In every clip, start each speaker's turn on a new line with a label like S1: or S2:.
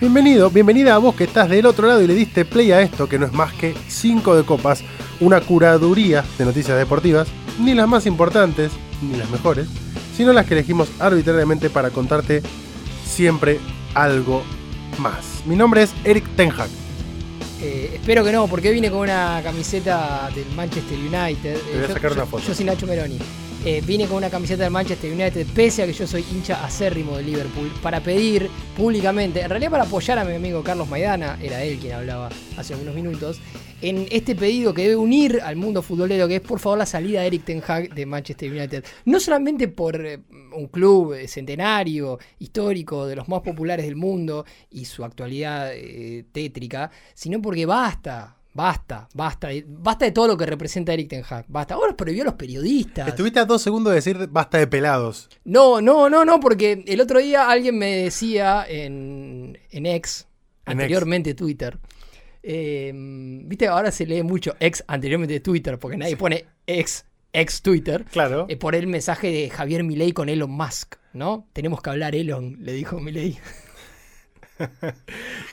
S1: Bienvenido, bienvenida a vos que estás del otro lado y le diste play a esto que no es más que 5 de copas, una curaduría de noticias deportivas, ni las más importantes, ni las mejores, sino las que elegimos arbitrariamente para contarte siempre algo más. Mi nombre es Eric Tenhag.
S2: Eh, espero que no, porque hoy vine con una camiseta del Manchester United. Eh,
S1: Te voy a
S2: yo,
S1: sacar una
S2: yo-
S1: foto.
S2: yo soy Nacho Meroni. Eh, vine con una camiseta del Manchester United, pese a que yo soy hincha acérrimo de Liverpool, para pedir públicamente, en realidad para apoyar a mi amigo Carlos Maidana, era él quien hablaba hace algunos minutos, en este pedido que debe unir al mundo futbolero, que es por favor la salida de Eric Ten Hag de Manchester United. No solamente por eh, un club eh, centenario, histórico, de los más populares del mundo y su actualidad eh, tétrica, sino porque basta. Basta, basta, de- basta de todo lo que representa Eric Ten Hag. Basta. Ahora prohibió a los periodistas.
S1: Estuviste a dos segundos de decir basta de pelados.
S2: No, no, no, no, porque el otro día alguien me decía en, en ex,
S1: En
S2: anteriormente Twitter. eh, Viste, ahora se lee mucho ex anteriormente Twitter, porque nadie pone ex, ex Twitter.
S1: Claro.
S2: eh, por el mensaje de Javier Milei con Elon Musk, ¿no? Tenemos que hablar, Elon, le dijo Milei.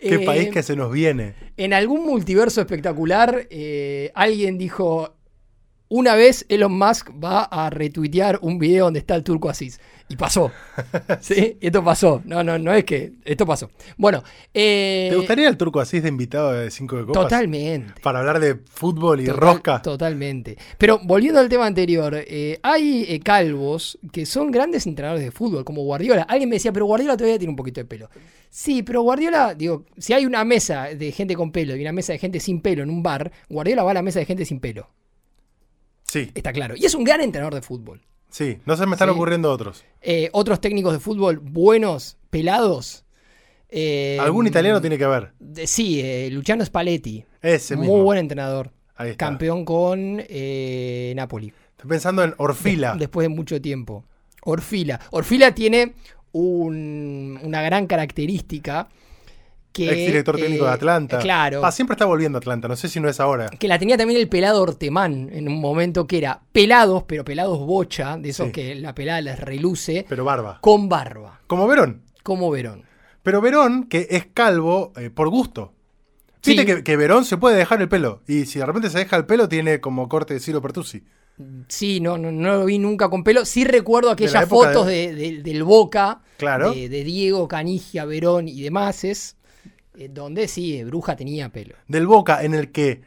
S1: Qué
S2: Eh,
S1: país que se nos viene.
S2: en algún multiverso espectacular, eh, alguien dijo, una vez Elon Musk va a retuitear un video donde está el turco Asís. Y pasó. ¿Sí? Y esto pasó. No, no, no es que... Esto pasó. Bueno. eh,
S1: ¿Te gustaría el turco así de invitado de 5 de copas?
S2: Totalmente.
S1: Para hablar de fútbol y
S2: Total-
S1: rosca.
S2: Totalmente. Pero volviendo al tema anterior, eh, hay eh, calvos que son grandes entrenadores de fútbol, como Guardiola. Alguien me decía, pero Guardiola todavía tiene un poquito de pelo. Sí, pero Guardiola, digo, si hay una mesa de gente con pelo y una mesa de gente sin pelo en un bar, Guardiola va a la mesa de gente sin pelo.
S1: Sí,
S2: Está claro. Y es un gran entrenador de fútbol.
S1: sí. No se me están
S2: Sí.
S1: ocurriendo otros.
S2: Eh, otros técnicos de fútbol buenos, pelados. eh,
S1: Algún italiano tiene que haber.
S2: de- sí, eh, Luciano Spalletti.
S1: Ese
S2: muy
S1: mismo.
S2: buen entrenador.
S1: Ahí está.
S2: Campeón con eh, Napoli.
S1: Estoy pensando en Orfila.
S2: después de mucho tiempo. Orfila. Orfila tiene un- una gran característica que.
S1: Ex director técnico de
S2: eh,
S1: Atlanta.
S2: Claro.
S1: Ah, siempre está volviendo a Atlanta. No sé si no es ahora.
S2: Que la tenía también el pelado Ortemán en un momento que era pelados, pero pelados bocha, de esos
S1: Sí.
S2: que la pelada les reluce,
S1: Pero barba.
S2: con barba,
S1: Como Verón.
S2: como Verón.
S1: Pero Verón, que es calvo eh, por gusto.
S2: Sí.
S1: Viste que, que Verón se puede dejar el pelo. Y si de repente se deja el pelo, tiene como corte de Ciro Pertusi.
S2: Sí, no, no, no lo vi nunca con pelo. Sí recuerdo
S1: la
S2: aquellas
S1: época
S2: fotos de- de- del Boca,
S1: Claro.
S2: de, de Diego, Canigia, Verón y demás, es, eh, donde sí, eh, Bruja tenía pelo.
S1: Del Boca, en el que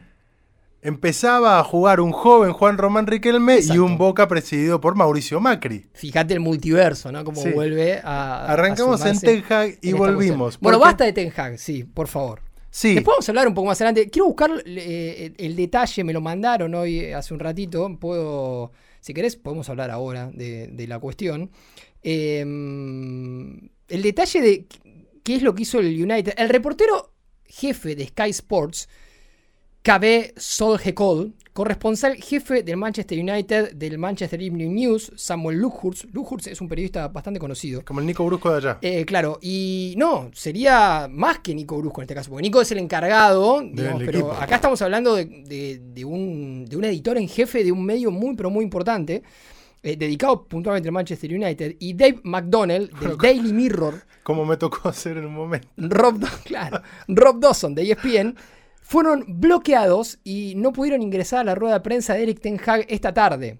S1: empezaba a jugar un joven Juan Román Riquelme y
S2: Exacto.
S1: un Boca presidido por Mauricio Macri.
S2: Fíjate el multiverso, ¿no? Como
S1: Sí.
S2: vuelve a.
S1: Arrancamos
S2: a
S1: en
S2: sumarse
S1: Ten Hag y
S2: en esta
S1: volvimos.
S2: cuestión.
S1: Porque-
S2: Bueno, basta de Ten Hag, sí, por favor.
S1: Sí.
S2: Después vamos a hablar un poco más adelante. Quiero buscar eh, el detalle, me lo mandaron hoy eh, hace un ratito. Puedo, si querés, podemos hablar ahora de, de la cuestión. Eh, el detalle de qué es lo que hizo el United. El reportero jefe de Sky Sports, KB Solhekol, corresponsal jefe del Manchester United, del Manchester Evening News, Samuel Lukhurst. Lukhurst es un periodista bastante conocido.
S1: Como el Nico Brusco de allá.
S2: Eh, claro, y no, sería más que Nico Brusco en este caso, porque Nico es el encargado, digamos, pero
S1: equipo.
S2: acá estamos hablando de, de- de un, de un editor en jefe de un medio muy, pero muy importante, eh, dedicado puntualmente al Manchester United, y Dave McDonnell del Daily Mirror,
S1: Como me tocó hacer en un momento.
S2: Rob, Daw- claro, Rob Dawson de E ESPN, fueron bloqueados y no pudieron ingresar a la rueda de prensa de Eric Ten Hag esta tarde,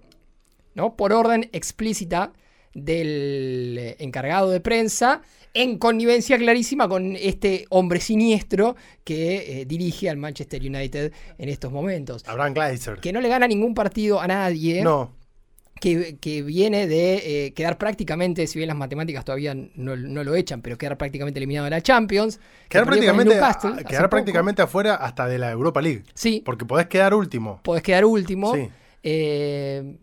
S2: ¿no? Por orden explícita del eh, encargado de prensa, en connivencia clarísima con este hombre siniestro que eh, dirige al Manchester United en estos momentos.
S1: Abraham Gleiser.
S2: Que no le gana ningún partido a nadie
S1: No.
S2: que, que viene de eh, quedar prácticamente, si bien las matemáticas todavía no, no lo echan, pero quedar prácticamente eliminado de la Champions. que
S1: Quedar
S2: perdió con el
S1: prácticamente,
S2: Newcastle
S1: a-
S2: hace
S1: quedar
S2: poco.
S1: prácticamente afuera hasta de la Europa League.
S2: Sí,
S1: Porque podés quedar último.
S2: podés quedar último.
S1: Sí.
S2: Eh,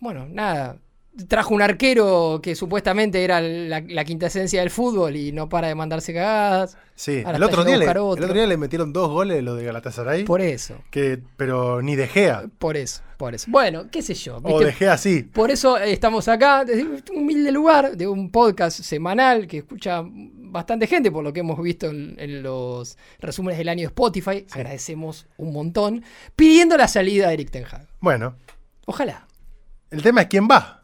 S2: bueno, nada. Trajo un arquero que supuestamente era la, la quinta esencia del fútbol y no para de mandarse cagadas.
S1: Sí.
S2: Ahora
S1: El otro,
S2: está
S1: día
S2: yendo
S1: le,
S2: a buscar
S1: el
S2: otro.
S1: otro día le metieron dos goles los de Galatasaray.
S2: Por eso,
S1: que, pero ni de Gea.
S2: por eso, por eso. Bueno, qué sé yo.
S1: O
S2: ¿viste?
S1: de Gea sí.
S2: Por eso eh, estamos acá, desde un humilde lugar, de un podcast semanal que escucha bastante gente, por lo que hemos visto en, en los resúmenes del año de Spotify. Agradecemos un montón, pidiendo la salida de Eric Ten Hag.
S1: Bueno.
S2: Ojalá.
S1: El tema es quién va.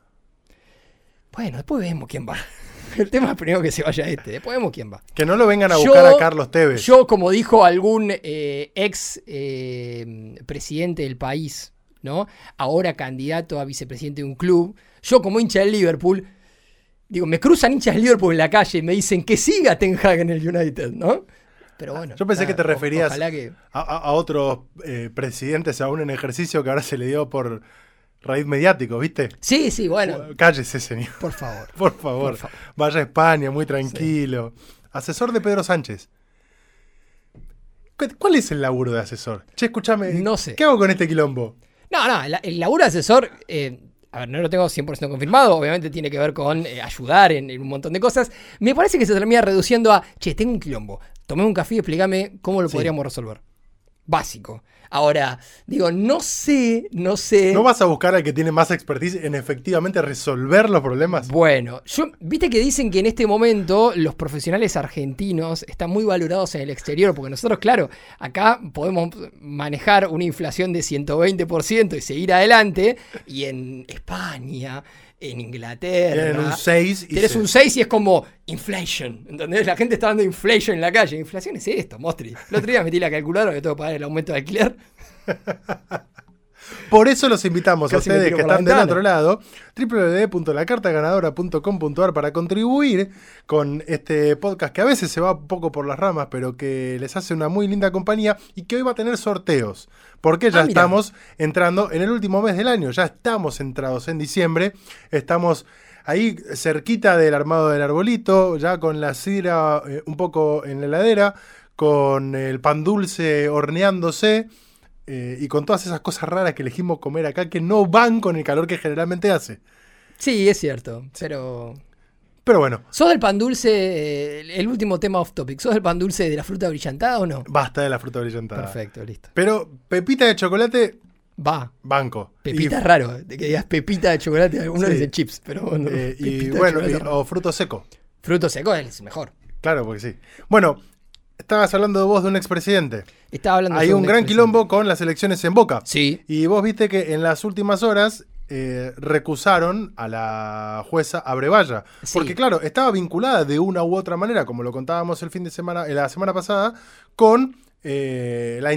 S2: Bueno, después vemos quién va. El tema es primero que se vaya este. Después vemos quién va.
S1: Que no lo vengan a
S2: Yo-
S1: buscar a Carlos Tevez.
S2: Yo, como dijo algún eh, ex eh, presidente del país, ¿no? Ahora candidato a vicepresidente de un club, yo como hincha del Liverpool, digo, me cruzan hinchas del Liverpool en la calle y me dicen que siga Ten Hag en el United, ¿no? Pero bueno.
S1: Yo pensé que te
S2: o-
S1: referías-
S2: Ojalá que.
S1: A, a- a otros eh, presidentes aún en ejercicio que ahora se le dio por raíz mediático, ¿viste?
S2: Sí, sí, bueno.
S1: Cállese, señor.
S2: Por favor.
S1: Por favor.
S2: Por favor.
S1: Vaya a España, muy tranquilo. Asesor de Pedro Sánchez. ¿Cu- ¿Cuál es el laburo de asesor? Che, escúchame.
S2: No sé.
S1: ¿Qué hago con este quilombo?
S2: No, no, la- el laburo de asesor, eh, a ver, no lo tengo 100% confirmado, obviamente tiene que ver con eh, ayudar en, en un montón de cosas. Me parece que se termina reduciendo a, che, tengo un quilombo, tomé un café y explícame cómo lo
S1: Sí.
S2: podríamos resolver. Básico. Ahora, digo, no sé, no sé.
S1: ¿No vas a buscar al que tiene más expertise en efectivamente resolver los problemas?
S2: Bueno, yo, viste que dicen que en este momento los profesionales argentinos están muy valorados en el exterior, porque nosotros, claro, acá podemos manejar una inflación de 120% y seguir adelante, y en España, en Inglaterra,
S1: Tienen un 6 y
S2: tenés
S1: se-
S2: un 6 y es como inflation, ¿entendés? La gente está dando inflation en la calle. Inflación es esto, mostri. El otro día metí la calculadora que tengo que pagar el aumento de alquiler.
S1: Por eso los invitamos a
S2: Casi me
S1: ustedes
S2: tiro
S1: que
S2: por la
S1: están del
S2: ventana.
S1: otro lado, www.lacartaganadora.com.ar para contribuir con este podcast que a veces se va un poco por las ramas, pero que les hace una muy linda compañía y que hoy va a tener sorteos. Porque ya
S2: Ah, mirá.
S1: estamos entrando en el último mes del año, ya estamos entrados en diciembre, estamos ahí cerquita del armado del arbolito, ya con la sidra eh, un poco en la heladera, con el pan dulce horneándose. Eh, y con todas esas cosas raras que elegimos comer acá que no van con el calor que generalmente hace.
S2: Sí, es cierto, pero...
S1: Pero bueno,
S2: ¿Sos del pan dulce, eh, el último tema off topic, ¿sos del pan dulce de la fruta brillantada o no?
S1: basta de la fruta brillantada.
S2: Perfecto, listo.
S1: Pero pepita de chocolate,
S2: Va.
S1: banco.
S2: Pepita es raro, eh, de que digas pepita de chocolate, algunos
S1: Sí.
S2: dicen chips, pero
S1: Y,
S2: bueno.
S1: eh, y
S2: pepita de
S1: bueno,
S2: chocolate
S1: y-
S2: es raro.
S1: o fruto seco.
S2: Fruto seco es mejor.
S1: Claro, porque sí. Bueno, estabas hablando de vos de un expresidente.
S2: Estaba hablando
S1: Hay
S2: yo de
S1: un gran
S2: expresidente.
S1: quilombo con las elecciones en Boca.
S2: Sí.
S1: Y vos viste que en las últimas horas eh, recusaron a la jueza Abrevaya.
S2: Sí.
S1: Porque, claro, estaba vinculada de una u otra manera, como lo contábamos el fin de semana, eh, la semana pasada, con eh, la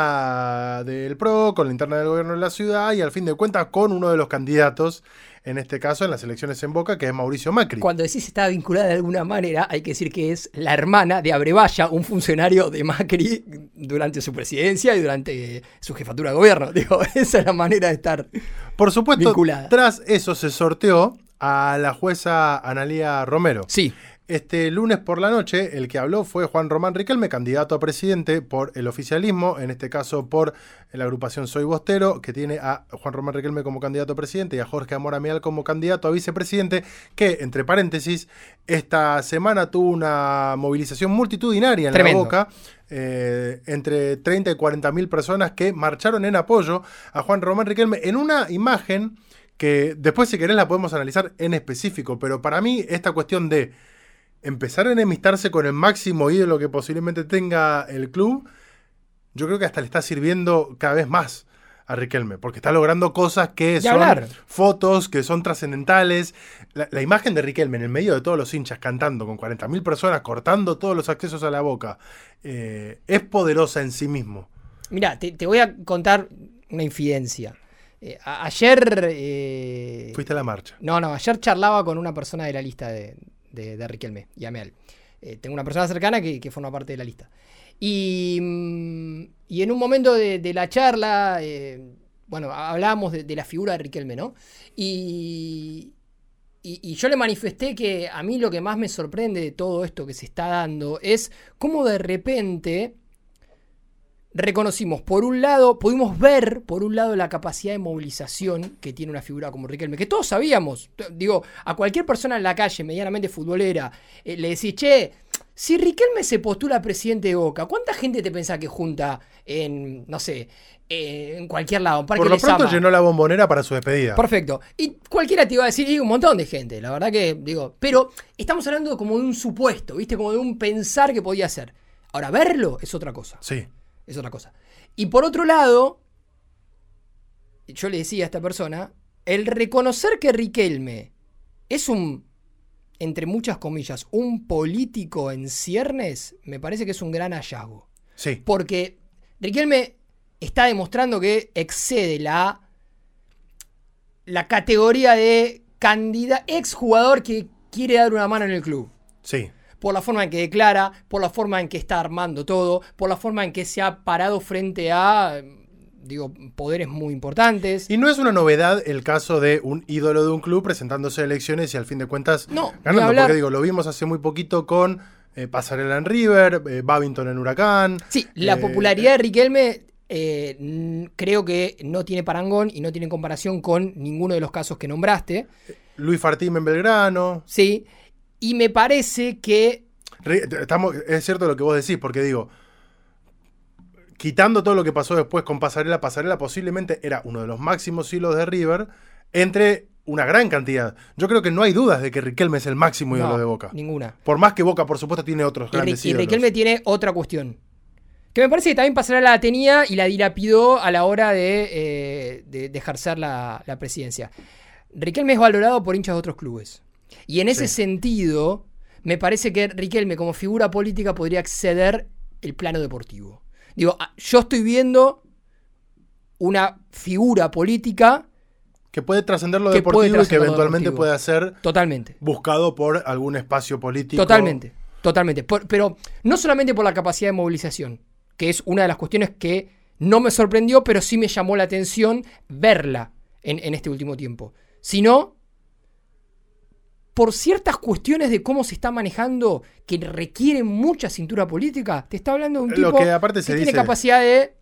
S1: interna del PRO, con la interna del gobierno de la ciudad y al fin de cuentas con uno de los candidatos, en este caso en las elecciones en Boca, que es Mauricio Macri.
S2: Cuando decís estaba vinculada de alguna manera, hay que decir que es la hermana de Abrevaya, un funcionario de Macri durante su presidencia y durante su jefatura de gobierno. Digo, esa es la manera de estar.
S1: Por supuesto,
S2: vinculada.
S1: tras eso se sorteó a la jueza Analía Romero.
S2: Sí.
S1: Este lunes por la noche, el que habló fue Juan Román Riquelme, candidato a presidente por el oficialismo, en este caso por la agrupación Soy Bostero, que tiene a Juan Román Riquelme como candidato a presidente y a Jorge Amor Amial como candidato a vicepresidente, que, entre paréntesis, esta semana tuvo una movilización multitudinaria en
S2: Tremendo.
S1: la boca. eh, entre 30 y 40 mil personas que marcharon en apoyo a Juan Román Riquelme en una imagen que después si querés la podemos analizar en específico, pero para mí esta cuestión de empezar a enemistarse con el máximo ídolo que posiblemente tenga el club, yo creo que hasta le está sirviendo cada vez más a Riquelme, porque está logrando cosas que
S2: Ni
S1: son
S2: hablar.
S1: fotos, que son trascendentales. La, la imagen de Riquelme en el medio de todos los hinchas cantando con 40.000 personas, cortando todos los accesos a la boca, eh, es poderosa en sí mismo.
S2: Mira, te, te voy a contar una infidencia. Eh, a- ayer. eh,
S1: Fuiste a la marcha.
S2: No, no, ayer charlaba con una persona de la lista de, de, de Riquelme, llamé a él. Eh, tengo una persona cercana que, que forma parte de la lista. Y, mm, y en un momento de, de la charla, eh, bueno, ha- hablábamos de, de la figura de Riquelme, ¿no? Y, y, y yo le manifesté que a mí lo que más me sorprende de todo esto que se está dando es cómo de repente reconocimos, por un lado, pudimos ver, por un lado, la capacidad de movilización que tiene una figura como Riquelme, que todos sabíamos. T- Digo, a cualquier persona en la calle, medianamente futbolera, eh, le decís, che, si Riquelme se postula presidente de Boca, ¿cuánta gente te pensás que junta en, no sé, eh, en cualquier lado? En Parque
S1: Por lo
S2: Lezama?
S1: pronto llenó la bombonera para su despedida.
S2: Perfecto. Y cualquiera te iba a decir, y un montón de gente, la verdad que digo, pero estamos hablando como de un supuesto, ¿viste? Como de un pensar que podía ser. Ahora, verlo es otra cosa,
S1: Sí.
S2: es otra cosa. Y por otro lado, yo le decía a esta persona, el reconocer que Riquelme es un entre muchas comillas, un político en ciernes, me parece que es un gran hallazgo.
S1: Sí,
S2: Porque Riquelme está demostrando que excede la, la categoría de candida, exjugador que quiere dar una mano en el club
S1: sí.
S2: por la forma en que declara, por la forma en que está armando todo, por la forma en que se ha parado frente a, digo, poderes muy importantes.
S1: Y no es una novedad el caso de un ídolo de un club presentándose a elecciones y al fin de cuentas
S2: No, ni
S1: ganando.
S2: hablar.
S1: Porque digo, lo vimos hace muy poquito con eh, Pasarela en River, eh, Babington en Huracán.
S2: Sí, la
S1: eh,
S2: popularidad de Riquelme eh, n- creo que no tiene parangón y no tiene comparación con ninguno de los casos que nombraste.
S1: Luis Fartim en Belgrano.
S2: Sí, y me parece que
S1: Re- Estamos, es cierto lo que vos decís, porque digo, quitando todo lo que pasó después con Pasarela, Pasarela posiblemente era uno de los máximos hilos de River entre una gran cantidad. Yo creo que no hay dudas de que Riquelme es el máximo ídolo
S2: no,
S1: de Boca.
S2: ninguna.
S1: Por más que Boca, por supuesto, tiene otros
S2: Y, Ri-
S1: grandes
S2: y
S1: ídolos.
S2: Riquelme tiene otra cuestión. Que me parece que también Pasarela la tenía y la dilapidó a la hora de, eh, de- de ejercer la, la presidencia. Riquelme es valorado por hinchas de otros clubes. Y en ese
S1: Sí.
S2: sentido, me parece que Riquelme como figura política podría exceder el plano deportivo. Digo, ah, yo estoy viendo una figura política
S1: que puede trascender lo
S2: que
S1: deportivo
S2: puede
S1: y que
S2: trascender lo
S1: eventualmente
S2: deportivo.
S1: pueda ser
S2: totalmente.
S1: buscado por algún espacio político.
S2: Totalmente, totalmente. Por- pero no solamente por la capacidad de movilización, que es una de las cuestiones que no me sorprendió, pero sí me llamó la atención verla en, en este último tiempo, sino por ciertas cuestiones de cómo se está manejando, que requieren mucha cintura política. Te está hablando de un
S1: Lo
S2: tipo
S1: que aparte se
S2: tiene
S1: dice-
S2: capacidad de,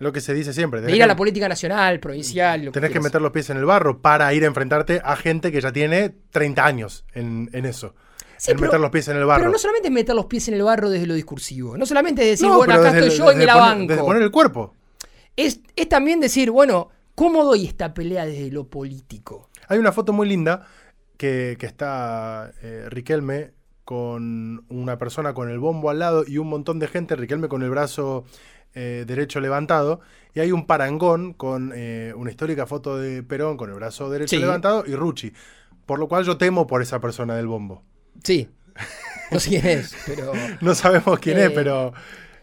S1: Lo que se dice siempre.
S2: de
S1: tenés
S2: ir a
S1: que-
S2: la política nacional, provincial. lo que
S1: Tenés que
S2: quieras.
S1: meter los pies en el barro para ir a enfrentarte a gente que ya tiene 30 años en, en eso.
S2: Sí,
S1: en
S2: pero-
S1: meter los pies en el barro.
S2: Pero no solamente es meter los pies en el barro desde lo discursivo, no solamente es decir,
S1: No,
S2: bueno,
S1: pero
S2: acá
S1: desde-
S2: estoy yo y
S1: desde
S2: me la
S1: poner-
S2: banco.
S1: Desde poner el cuerpo.
S2: es, es también decir, bueno, ¿cómo doy esta pelea desde lo político?
S1: Hay una foto muy linda que, que está eh, Riquelme con una persona con el bombo al lado y un montón de gente, Riquelme con el brazo eh, derecho levantado, y hay un parangón con eh, una histórica foto de Perón con el brazo derecho
S2: Sí.
S1: levantado y Rucci. Por lo cual yo temo por esa persona del bombo.
S2: Sí. No sé quién es, pero.
S1: No sabemos quién es,
S2: Eh,
S1: pero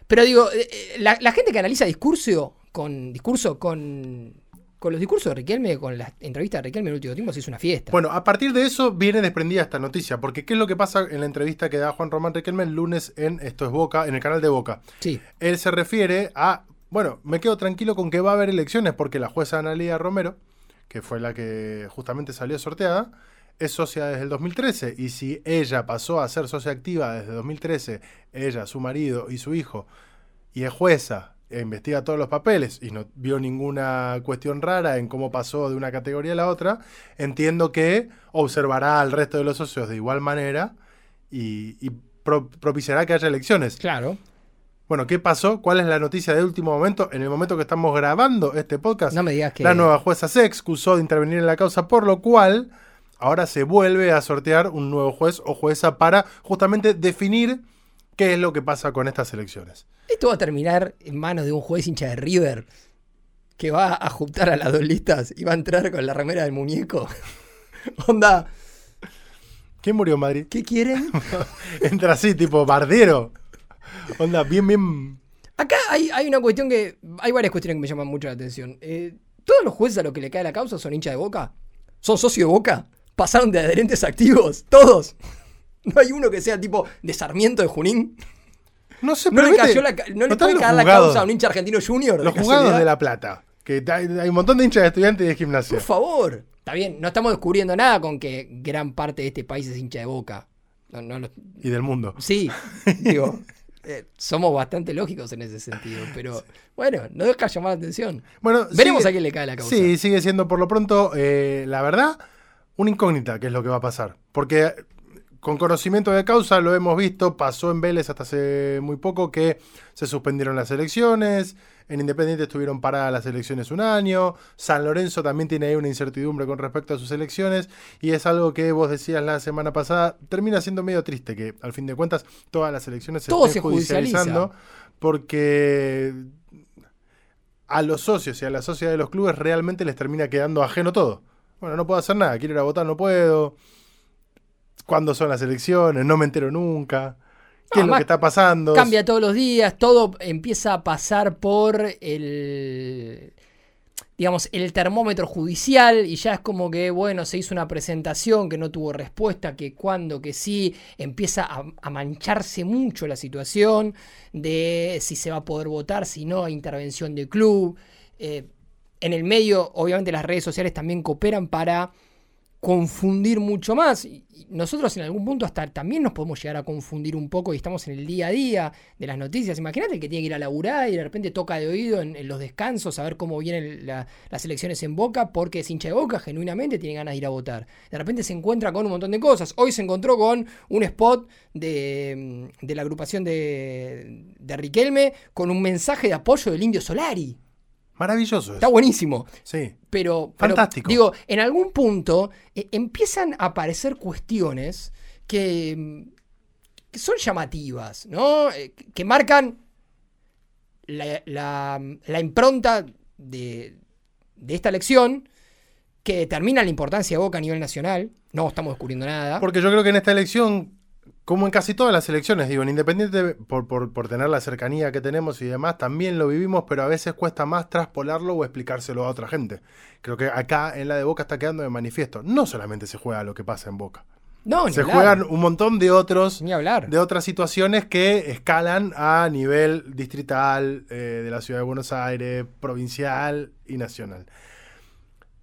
S2: Pero digo, eh, eh, la, la gente que analiza discurso con discurso con. Con los discursos de Riquelme, con las entrevistas de Riquelme en el último tiempo, se hizo una fiesta.
S1: Bueno, a partir de eso viene desprendida esta noticia, porque ¿qué es lo que pasa en la entrevista que da Juan Román Riquelme el lunes en Esto es Boca, en el canal de Boca?
S2: sí.
S1: Él se refiere a, bueno, me quedo tranquilo con que va a haber elecciones, porque la jueza Analía Romero, que fue la que justamente salió sorteada, es socia desde el 2013, y si ella pasó a ser socia activa desde 2013, ella, su marido y su hijo, y es jueza, e investiga todos los papeles y no vio ninguna cuestión rara en cómo pasó de una categoría a la otra, entiendo que observará al resto de los socios de igual manera y, y pro- propiciará que haya elecciones.
S2: Claro.
S1: Bueno, ¿qué pasó? ¿Cuál es la noticia de último momento? En el momento que estamos grabando este podcast,
S2: No me digas que.
S1: la nueva jueza se excusó de intervenir en la causa, por lo cual ahora se vuelve a sortear un nuevo juez o jueza para justamente definir qué es lo que pasa con estas elecciones.
S2: Esto va a terminar en manos de un juez hincha de River que va a juntar a las dos listas y va a entrar con la remera del muñeco. Onda,
S1: ¿Quién murió en Madrid?
S2: ¿qué quieren?
S1: Entra así, tipo bardero. Onda, bien, bien.
S2: Acá hay, hay una cuestión que. Hay varias cuestiones que me llaman mucho la atención. Eh, ¿Todos los jueces a los que le cae la causa son hincha de boca? ¿Son socio de boca? ¿Pasaron de adherentes activos? ¿Todos? ¿No hay uno que sea tipo de Sarmiento de Junín?
S1: No sé,
S2: ¿No
S1: pero
S2: le,
S1: viste,
S2: cayó la ca- no le
S1: están
S2: puede
S1: los
S2: caer la
S1: juzgados,
S2: causa a un hincha argentino junior? de
S1: Los
S2: casualidad?
S1: jugados de La Plata. Que hay, hay un montón de hinchas de estudiantes y de gimnasia.
S2: Por favor. Está bien, no estamos descubriendo nada con que gran parte de este país es hincha de boca. No, no lo-
S1: Y del mundo.
S2: Sí, digo. eh, somos bastante lógicos en ese sentido, pero bueno, no deja llamar la atención.
S1: Bueno,
S2: Veremos
S1: sigue-
S2: a quién le cae la causa.
S1: Sí, sigue siendo por lo pronto, eh, la verdad, una incógnita, que es lo que va a pasar. Porque eh, con conocimiento de causa lo hemos visto, pasó en Vélez hasta hace muy poco que se suspendieron las elecciones, en Independiente estuvieron paradas las elecciones un año, San Lorenzo también tiene ahí una incertidumbre con respecto a sus elecciones, y es algo que vos decías la semana pasada, termina siendo medio triste que al fin de cuentas todas las elecciones se
S2: Todo
S1: estén
S2: se judicializa.
S1: judicializando porque a los socios y a la sociedad de los clubes realmente les termina quedando ajeno todo. Bueno, no puedo hacer nada, quiero ir a votar, no puedo. cuándo son las elecciones, no me entero nunca, qué
S2: No,
S1: es lo
S2: más
S1: que está pasando.
S2: Cambia todos los días, todo empieza a pasar por el digamos, el termómetro judicial y ya es como que, bueno, se hizo una presentación que no tuvo respuesta, que cuando, que sí, empieza a, a mancharse mucho la situación de si se va a poder votar, si no, hay intervención de club. Eh, en el medio, obviamente, las redes sociales también cooperan para confundir mucho más. Y- y Nosotros en algún punto hasta también nos podemos llegar a confundir un poco y estamos en el día a día de las noticias. Imagínate el que tiene que ir a laburar y de repente toca de oído en, en los descansos a ver cómo vienen la- las elecciones en Boca porque es hincha de Boca, genuinamente tiene ganas de ir a votar. De repente se encuentra con un montón de cosas. Hoy se encontró con un spot de, mm, de la agrupación de, de Riquelme con un mensaje de apoyo del Indio Solari.
S1: Maravilloso
S2: Está
S1: eso.
S2: buenísimo
S1: Sí.
S2: pero, pero,
S1: Fantástico.
S2: digo, en algún punto eh, empiezan a aparecer cuestiones que, mm, que son llamativas, ¿no? Eh, que- que marcan la, la- la impronta de, de esta elección que determina la importancia de Boca a nivel nacional. No estamos descubriendo nada.
S1: Porque yo creo que en esta elección, como en casi todas las elecciones, digo, en Independiente, de- por, por, por tener la cercanía que tenemos y demás, también lo vivimos, pero a veces cuesta más traspolarlo o explicárselo a otra gente. Creo que acá en la de Boca está quedando de manifiesto. No solamente se juega lo que pasa en Boca.
S2: no, ni
S1: Se
S2: hablar,
S1: juegan un montón de otros
S2: Ni hablar.
S1: de otras situaciones que escalan a nivel distrital, eh, de la ciudad de Buenos Aires, provincial y nacional.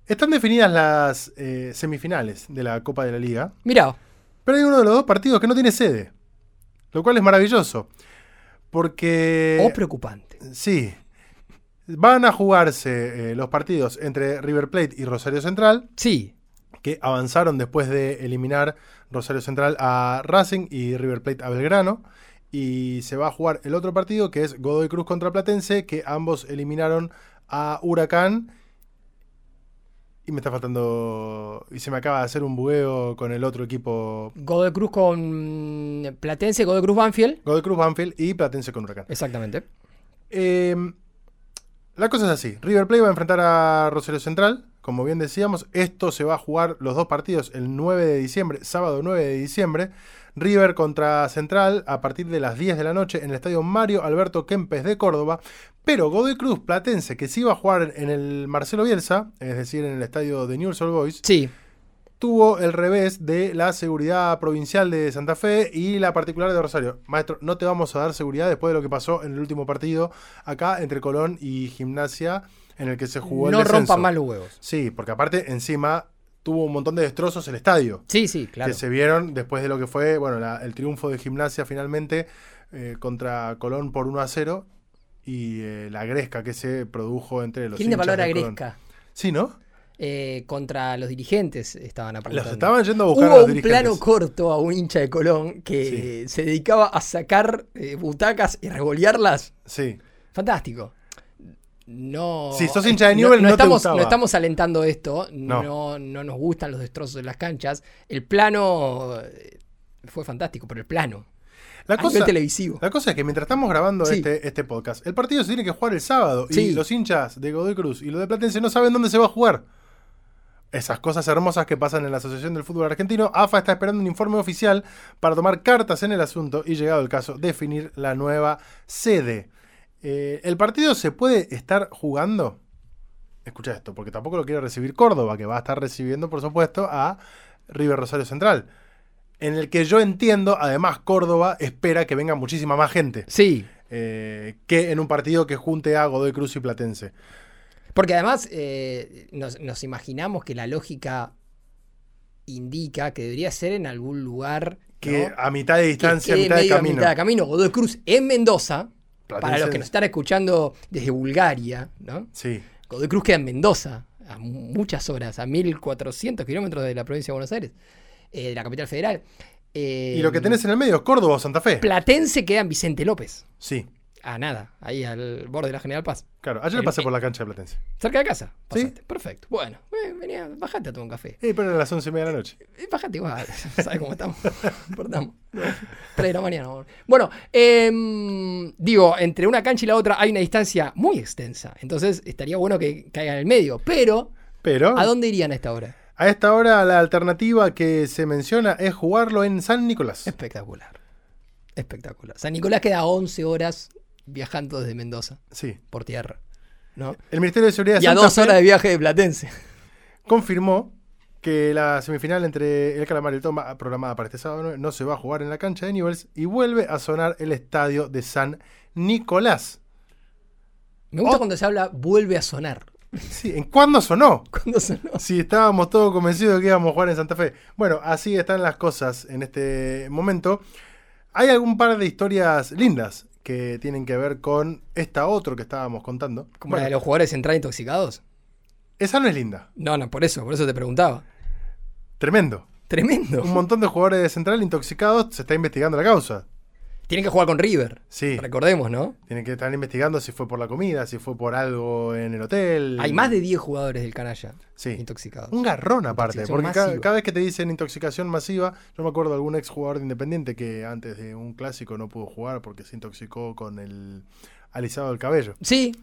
S1: Están definidas las eh, semifinales de la Copa de la Liga,
S2: Mirá,
S1: pero hay uno de los dos partidos que no tiene sede, lo cual es maravilloso, porque...
S2: o preocupante.
S1: Sí. Van a jugarse eh, los partidos entre River Plate y Rosario Central
S2: Sí,
S1: que avanzaron después de eliminar Rosario Central a Racing y River Plate a Belgrano. Y se va a jugar el otro partido que es Godoy Cruz contra Platense, que ambos eliminaron a Huracán. Y me está faltando. Y se me acaba de hacer un bugueo con el otro equipo.
S2: Godoy Cruz con mm, Platense, Godoy Cruz Banfield.
S1: Godoy Cruz Banfield y Platense con Huracán.
S2: Exactamente.
S1: Eh, la cosa es así. River Plate va a enfrentar a Rosario Central. Como bien decíamos, esto se va a jugar los dos partidos el 9 de diciembre, sábado 9 de diciembre. River contra Central a partir de las 10 de la noche en el estadio Mario Alberto Kempes de Córdoba. Pero Godoy Cruz Platense, que sí iba a jugar en el Marcelo Bielsa, es decir, en el estadio de News Old Boys,
S2: Sí,
S1: tuvo el revés de la seguridad provincial de Santa Fe y la particular de Rosario. Maestro, no te vamos a dar seguridad después de lo que pasó en el último partido acá entre Colón y Gimnasia en el que se jugó el
S2: no
S1: descenso.
S2: rompan más los huevos.
S1: Sí, porque aparte encima tuvo un montón de destrozos el estadio
S2: Sí, sí, claro.
S1: que se vieron después de lo que fue, bueno, la- el triunfo de Gimnasia finalmente eh, contra Colón por 1 a 0 y eh, la gresca que se produjo entre los
S2: ¿Quién de
S1: hinchas
S2: valor
S1: de Colón.
S2: agresca?
S1: Sí, ¿no?
S2: Eh, contra los dirigentes estaban apuntando.
S1: Los estaban yendo a buscar a
S2: Hubo
S1: los
S2: un
S1: dirigentes.
S2: plano corto a un hincha de Colón que
S1: Sí.
S2: eh, se dedicaba a sacar eh, butacas y revolearlas.
S1: Sí.
S2: Fantástico. No.
S1: Si sos hincha de
S2: eh,
S1: Newell's, no te
S2: estamos,
S1: gustaba.
S2: no estamos alentando esto. No.
S1: No.
S2: No, nos gustan los destrozos de las canchas. El plano eh, fue fantástico, pero el plano.
S1: La
S2: a nivel televisivo.
S1: La cosa es que mientras estamos grabando
S2: Sí.
S1: este, este podcast, el partido se tiene que jugar el sábado
S2: Sí.
S1: y los hinchas de Godoy Cruz y los de Platense no saben dónde se va a jugar. Esas cosas hermosas que pasan en la Asociación del Fútbol Argentino, AFA está esperando un informe oficial para tomar cartas en el asunto y, llegado el caso, definir la nueva sede. Eh, el partido se puede estar jugando. Escucha esto, porque tampoco lo quiere recibir Córdoba, que va a estar recibiendo, por supuesto, a River Rosario Central. En el que yo entiendo, además, Córdoba espera que venga muchísima más gente
S2: Sí.
S1: eh, que en un partido que junte a Godoy Cruz y Platense.
S2: Porque además eh, nos, nos imaginamos que la lógica indica que debería ser en algún lugar
S1: Que
S2: ¿no?
S1: a mitad de distancia, a
S2: quede
S1: mitad de
S2: medio a
S1: camino.
S2: mitad de camino. Godoy Cruz en Mendoza, para
S1: Platense-
S2: los que nos están escuchando desde Bulgaria, ¿no?
S1: Sí,
S2: Godoy Cruz queda en Mendoza, a mu- muchas horas, a 1400 kilómetros de la provincia de Buenos Aires, eh, de la capital federal. Eh,
S1: Y lo que tenés en el medio es Córdoba o Santa Fe.
S2: Platense queda en Vicente López,
S1: Sí,
S2: a nada, ahí al borde de la General Paz.
S1: claro. Ayer
S2: El-
S1: pasé por la cancha de Platense.
S2: Cerca de casa.
S1: Sí.
S2: pasaste. Perfecto. Bueno, eh, venía, bajate a tomar un café.
S1: Eh, pero era las once y media de la noche.
S2: Eh, Bájate igual, ¿sabes cómo estamos? Perdón. 3 de la mañana. amor. Bueno, em, digo, entre una cancha y la otra hay una distancia muy extensa. Entonces estaría bueno que caiga en el medio. Pero,
S1: Pero
S2: ¿a dónde irían a esta hora?
S1: A esta hora la alternativa que se menciona es jugarlo en San Nicolás.
S2: Espectacular. Espectacular. San Nicolás queda 11 horas viajando desde Mendoza
S1: Sí.
S2: por tierra. ¿no?
S1: El Ministerio de Seguridad de
S2: Y a
S1: Santa
S2: dos
S1: Fe
S2: horas de viaje de Platense.
S1: confirmó que la semifinal entre el Calamar y el Tomba, programada para este sábado, no se va a jugar en la cancha de Newells y vuelve a sonar el estadio de San Nicolás.
S2: Me gusta
S1: Oh.
S2: cuando se habla vuelve a sonar.
S1: Sí, ¿en cuándo sonó?
S2: Cuando sonó.
S1: Si estábamos todos convencidos de que íbamos a jugar en Santa Fe. Bueno, así están las cosas en este momento. Hay algún par de historias lindas que tienen que ver con esta otra que estábamos contando.
S2: Como
S1: Bueno,
S2: la de los jugadores entrar intoxicados.
S1: Esa no es linda.
S2: No, no, por eso, por eso te preguntaba.
S1: Tremendo.
S2: Tremendo.
S1: Un montón de jugadores de Central intoxicados se está investigando la causa.
S2: Tienen que jugar con River.
S1: Sí.
S2: Recordemos, ¿no?
S1: Tienen que estar investigando si fue por la comida, si fue por algo en el hotel.
S2: Hay más de 10 jugadores del canalla
S1: Sí.
S2: intoxicados.
S1: Un garrón aparte,
S2: Intoxicación
S1: porque ca- cada,
S2: masiva.
S1: vez que te dicen intoxicación masiva, yo me acuerdo de algún ex jugador de Independiente que antes de un clásico no pudo jugar porque se intoxicó con el alisado del cabello.
S2: Sí,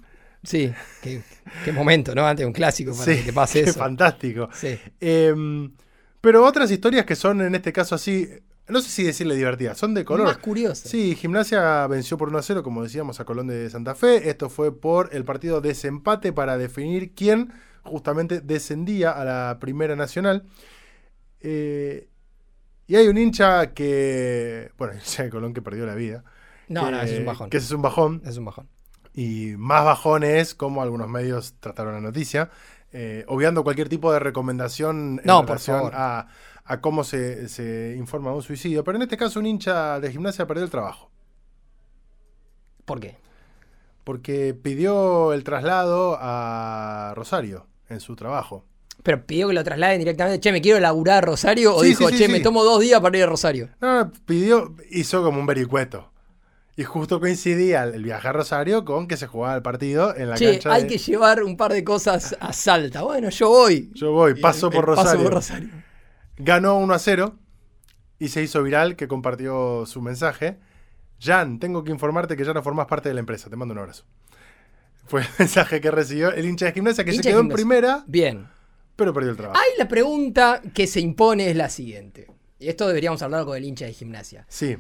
S2: sí. Qué, qué momento, ¿no? Antes de un clásico para
S1: Sí,
S2: que te pase
S1: qué
S2: eso.
S1: fantástico.
S2: Sí.
S1: Em, pero otras historias que son en este caso así, no sé si decirle divertidas, son de color.
S2: Más curioso.
S1: Sí, Gimnasia venció por 1 a 0, como decíamos, a Colón de Santa Fe. Esto fue por el partido desempate para definir quién justamente descendía a la Primera Nacional. Eh, y hay un hincha que. Bueno, hincha de Colón que perdió la vida.
S2: No,
S1: que,
S2: no, eso es un bajón.
S1: Que ese es un bajón.
S2: Es un bajón.
S1: Y más bajón es como algunos medios trataron la noticia, eh, obviando cualquier tipo de recomendación en
S2: No, por
S1: relación
S2: favor.
S1: A, a cómo se, se informa de un suicidio. Pero en este caso, un hincha de Gimnasia perdió el trabajo.
S2: ¿Por qué?
S1: Porque pidió el traslado a Rosario en su trabajo.
S2: Pero pidió que lo trasladen directamente. Che, me quiero laburar a Rosario. O
S1: Sí,
S2: dijo,
S1: sí, sí,
S2: che,
S1: sí.
S2: me tomo dos días para ir a Rosario.
S1: No, pidió, hizo como un vericueto. Y justo coincidía el viaje a Rosario con que se jugaba el partido en la
S2: che,
S1: cancha.
S2: hay
S1: de-
S2: que llevar un par de cosas a Salta. Bueno, yo voy.
S1: Yo voy, paso
S2: Y-
S1: por
S2: y Paso
S1: Rosario.
S2: por Rosario.
S1: Ganó 1 a 0 y se hizo viral que compartió su mensaje. Jan, tengo que informarte que ya no formás parte de la empresa. Te mando un abrazo. Fue el mensaje que recibió el hincha de gimnasia que
S2: Hincha
S1: se
S2: de
S1: quedó en
S2: Gimnasia.
S1: primera,
S2: Bien.
S1: pero perdió el trabajo.
S2: Ahí la pregunta que se impone es la siguiente. Y esto deberíamos hablar con el hincha de gimnasia.
S1: Sí,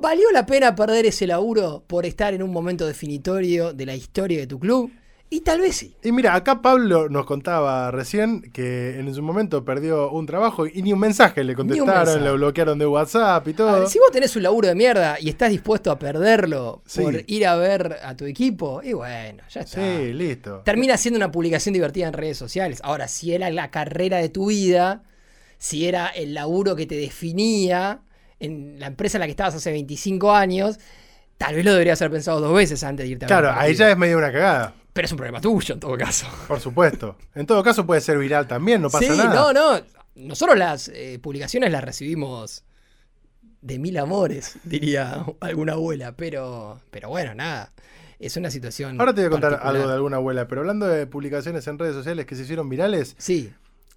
S2: ¿Valió la pena perder ese laburo por estar en un momento definitorio de la historia de tu club? Y tal vez sí.
S1: Y mira, acá Pablo nos contaba recién que en su momento perdió un trabajo y ni un mensaje le
S2: un
S1: contestaron,
S2: mensaje. Ah,
S1: lo bloquearon de WhatsApp y
S2: A
S1: todo.
S2: ver, si vos tenés un laburo de mierda y estás dispuesto a perderlo
S1: Sí.
S2: por ir a ver a tu equipo, y bueno, ya Ah. está.
S1: Sí, listo.
S2: Termina siendo una publicación divertida en redes sociales. Ahora, si era la carrera de tu vida, si era el laburo que te definía en la empresa en la que estabas hace 25 años, tal vez lo deberías haber pensado dos veces antes de irte a ver
S1: Claro,
S2: un
S1: ahí
S2: partido.
S1: ya es medio una cagada,
S2: Pero es un problema tuyo en todo caso.
S1: por supuesto. En todo caso puede ser viral también, no pasa
S2: sí,
S1: nada.
S2: no, no. Nosotros las eh, publicaciones las recibimos de mil amores, diría alguna abuela, pero, pero bueno, nada. Es una situación.
S1: Ahora te voy a contar
S2: particular.
S1: algo de alguna abuela, pero hablando de publicaciones en redes sociales que se hicieron virales
S2: Sí,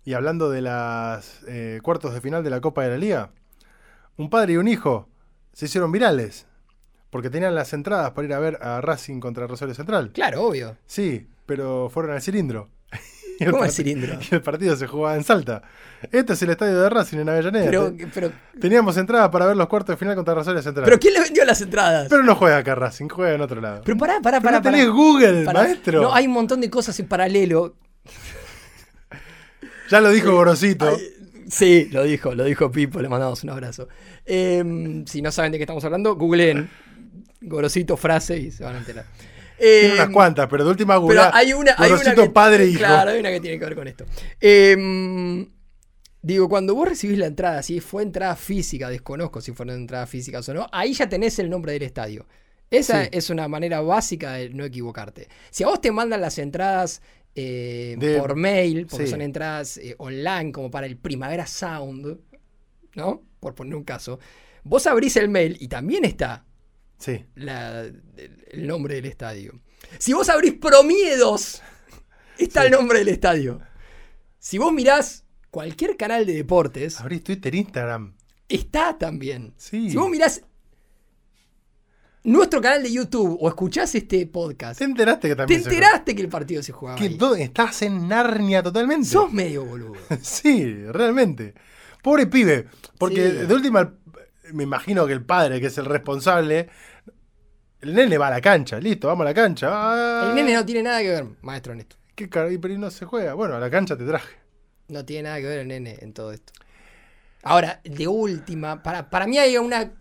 S1: y hablando de las eh, cuartos de final de la Copa de la Liga, un padre y un hijo se hicieron virales porque tenían las entradas para ir a ver a Racing contra Rosario Central.
S2: claro, obvio.
S1: Sí, pero fueron al cilindro. Y
S2: ¿Cómo el
S1: parti-
S2: cilindro?
S1: y el partido se jugaba en Salta. Este es el estadio de Racing en Avellaneda.
S2: Pero,
S1: Te-
S2: pero,
S1: Teníamos entrada para ver los cuartos de final contra Rosario Central.
S2: pero ¿quién le vendió las entradas? Pero,
S1: Pero no juega acá Racing, juega en otro lado.
S2: pará, pará,
S1: Pero
S2: pará.
S1: no tenés
S2: pará.
S1: Google,
S2: Pará.
S1: maestro.
S2: No, hay un montón de cosas en paralelo.
S1: Ya lo dijo Gorosito.
S2: Sí, lo dijo, lo dijo Pipo, le mandamos un abrazo. Em, si no saben de qué estamos hablando, googleen Gorosito frase y se van a enterar.
S1: Tiene unas
S2: Em,
S1: cuantas, pero de última
S2: Pero
S1: Google.
S2: hay una, hay una que,
S1: padre e hijo.
S2: Claro, hay una que tiene que ver con esto. Em, digo, cuando vos recibís la entrada, si fue entrada física, desconozco si fueron entradas físicas o no, ahí ya tenés el nombre del estadio. Esa
S1: Sí.
S2: es una manera básica de no equivocarte. Si a vos te mandan las entradas eh,
S1: De-
S2: por mail, porque
S1: sí.
S2: son entradas eh, online, como para el Primavera Sound, ¿no? Por poner un caso, vos abrís el mail y también está
S1: Sí.
S2: la- el el nombre del estadio. Si vos abrís promiedos, está el nombre del estadio. Si vos mirás cualquier canal de deportes,
S1: Abrís Twitter, Instagram.
S2: está también.
S1: Sí.
S2: Si vos mirás nuestro canal de YouTube o escuchás este podcast,
S1: ¿Te enteraste que
S2: te
S1: también se fue?
S2: enteraste que el partido se jugaba.
S1: Que
S2: ahí.
S1: do- estás en Narnia totalmente.
S2: Sos medio boludo.
S1: Sí, realmente. Pobre pibe. Porque
S2: Sí.
S1: de última, me imagino que el padre, que es el responsable, el nene va a la cancha, listo, vamos a la cancha. Ah,
S2: El nene no tiene nada que ver, maestro, en esto.
S1: ¿Qué car- y pero no se juega. Bueno, a la cancha te traje.
S2: No tiene nada que ver el nene en todo esto. Ahora, de última, para, para mí hay una,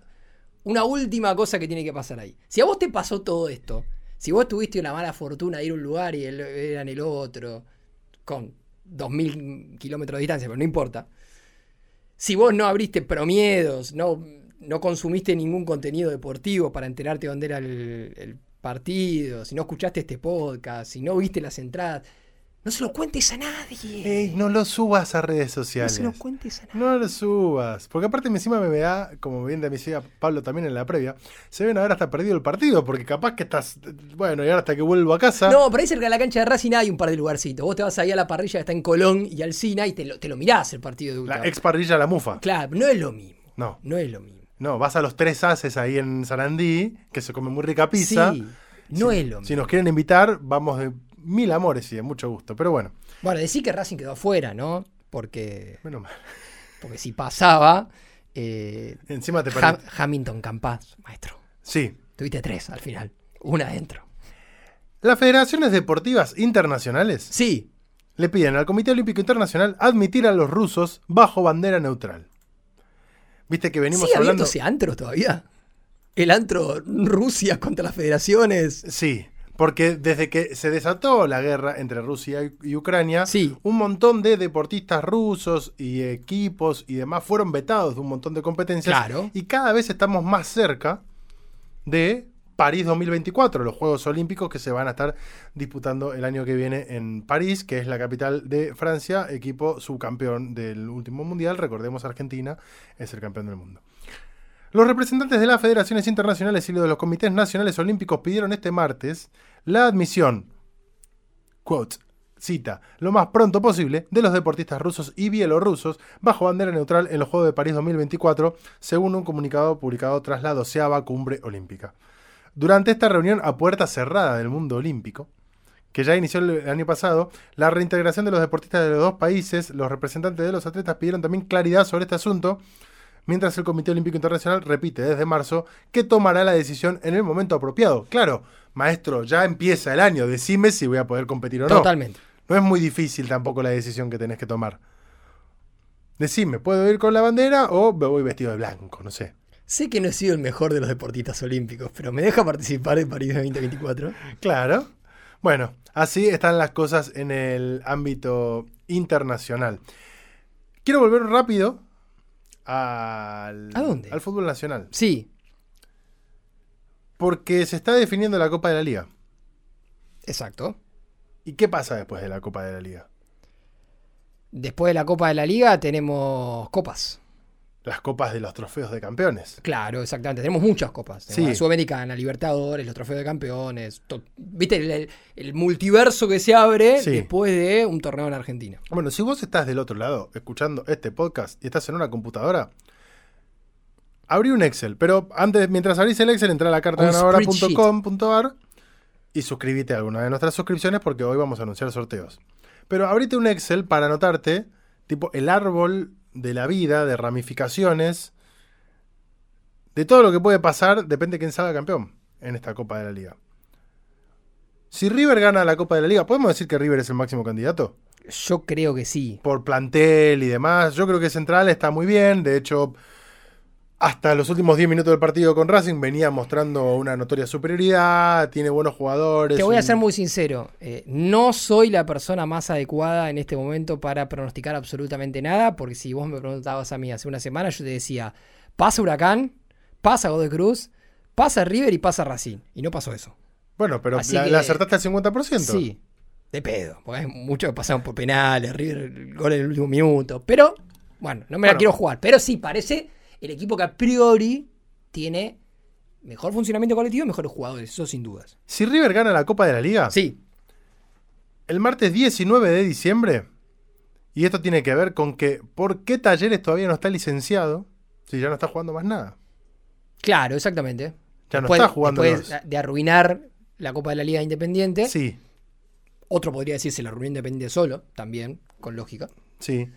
S2: una última cosa que tiene que pasar ahí. Si a vos te pasó todo esto, si vos tuviste la mala fortuna de ir a un lugar y el- era en el otro, con 2.000 kilómetros de distancia, pero no importa. Si vos no abriste promiedos, no, no consumiste ningún contenido deportivo para enterarte dónde era el, el partido, si no escuchaste este podcast, si no viste las entradas, no se lo cuentes a nadie.
S1: Ey, no lo subas a redes sociales.
S2: No se lo cuentes a nadie.
S1: No lo subas. Porque aparte encima me da, como bien de mi amiga Pablo también en la previa, se ven ahora hasta perdido el partido, porque capaz que estás. Bueno, y ahora hasta que vuelvo a casa.
S2: No, pero ahí cerca de la cancha de Racing hay un par de lugarcitos. Vos te vas ahí a la parrilla que está en Colón y Alcina y te lo, te lo mirás el partido de
S1: La
S2: Ultra.
S1: ex parrilla la mufa.
S2: Claro, no es lo mismo.
S1: No,
S2: No es lo mismo.
S1: no, vas a los tres haces ahí en Sarandí, que se come muy rica pizza.
S2: Sí, no
S1: Si-
S2: es lo mismo.
S1: Si nos quieren invitar, vamos de mil amores y de mucho gusto. Pero bueno,
S2: Bueno, decir que Racing quedó afuera, ¿no? Porque,
S1: menos mal.
S2: porque si pasaba, eh,
S1: Encima te
S2: Ham-
S1: perdí.
S2: Hamilton Campas, maestro.
S1: Sí.
S2: Tuviste tres al final. Una adentro.
S1: Las federaciones deportivas internacionales
S2: Sí,
S1: le piden al Comité Olímpico Internacional admitir a los rusos bajo bandera neutral. Viste que venimos
S2: ¿sigue
S1: hablando.
S2: habiéndose antros todavía? El antro Rusia contra las federaciones.
S1: Sí, porque desde que se desató la guerra entre Rusia y- y Ucrania,
S2: Sí.
S1: un montón de deportistas rusos y equipos y demás fueron vetados de un montón de competencias.
S2: Claro.
S1: Y cada vez estamos más cerca de París 2024, los Juegos Olímpicos que se van a estar disputando el año que viene en París, que es la capital de Francia, equipo subcampeón del último mundial. Recordemos, Argentina es el campeón del mundo. Los representantes de las federaciones internacionales y de los comités nacionales olímpicos pidieron este martes la admisión, quote, cita, lo más pronto posible de los deportistas rusos y bielorrusos bajo bandera neutral en los Juegos de París 2024, según un comunicado publicado tras la doceava cumbre olímpica. Durante esta reunión a puerta cerrada del mundo olímpico, que ya inició el año pasado, la reintegración de los deportistas de los dos países, los representantes de los atletas pidieron también claridad sobre este asunto, mientras el Comité Olímpico Internacional repite desde marzo que tomará la decisión en el momento apropiado. Claro, maestro, ya empieza el año, decime si voy a poder competir o no.
S2: Totalmente.
S1: No es muy difícil tampoco la decisión que tenés que tomar. Decime, ¿puedo ir con la bandera o me voy vestido de blanco? No sé.
S2: Sé que no he sido el mejor de los deportistas olímpicos, pero me deja participar en París 2024.
S1: Claro. Bueno, así están las cosas en el ámbito internacional. Quiero volver rápido al,
S2: ¿A dónde?
S1: al fútbol nacional.
S2: Sí,
S1: Porque se está definiendo la Copa de la Liga.
S2: exacto.
S1: ¿Y qué pasa después de la Copa de la Liga?
S2: Después de la Copa de la Liga tenemos copas.
S1: Las copas de los trofeos de campeones.
S2: Claro, exactamente. Tenemos muchas copas. Tenemos
S1: Sí.
S2: la Sudamericana, Libertadores, los trofeos de campeones. to- ¿Viste el, el- el multiverso que se abre
S1: Sí.
S2: después de un torneo en Argentina?
S1: Bueno, si vos estás del otro lado escuchando este podcast y estás en una computadora, abrí un Excel. Pero antes, mientras abrís el Excel, entra a la carta
S2: Un
S1: ganadora.com.ar y suscríbete a alguna de nuestras suscripciones porque hoy vamos a anunciar sorteos. Pero abrite un Excel para anotarte, tipo el árbol de la vida, de ramificaciones, de todo lo que puede pasar, depende de quién salga campeón en esta Copa de la Liga. Si River gana la Copa de la Liga, ¿podemos decir que River es el máximo candidato?
S2: Yo creo que sí.
S1: por plantel y demás. Yo creo que Central está muy bien. De hecho, hasta los últimos 10 minutos del partido con Racing venía mostrando una notoria superioridad. Tiene buenos jugadores.
S2: Te voy a
S1: un-
S2: ser muy sincero. eh, no soy la persona más adecuada en este momento para pronosticar absolutamente nada, porque si vos me preguntabas a mí hace una semana, yo te decía, pasa Huracán, pasa Godoy Cruz, pasa River y pasa Racing. Y no pasó eso.
S1: Bueno, pero
S2: Así
S1: la,
S2: que-
S1: la acertaste al 50%.
S2: Sí, de pedo, porque hay muchos que pasaron por penales, River, gol en el último minuto. Pero, bueno, no me la
S1: Bueno.
S2: quiero jugar. Pero sí, parece el equipo que a priori tiene mejor funcionamiento colectivo y mejores jugadores, eso sin dudas.
S1: Si River gana la Copa de la Liga,
S2: Sí,
S1: el martes 19 de diciembre, y esto tiene que ver con que por qué Talleres todavía no está licenciado si ya no está jugando más nada.
S2: claro, exactamente.
S1: Ya no
S2: Después-
S1: está jugando.
S2: después
S1: los-
S2: de arruinar la Copa de la Liga Independiente,
S1: Sí,
S2: otro podría decir se la arruinó Independiente solo, también, con lógica.
S1: sí.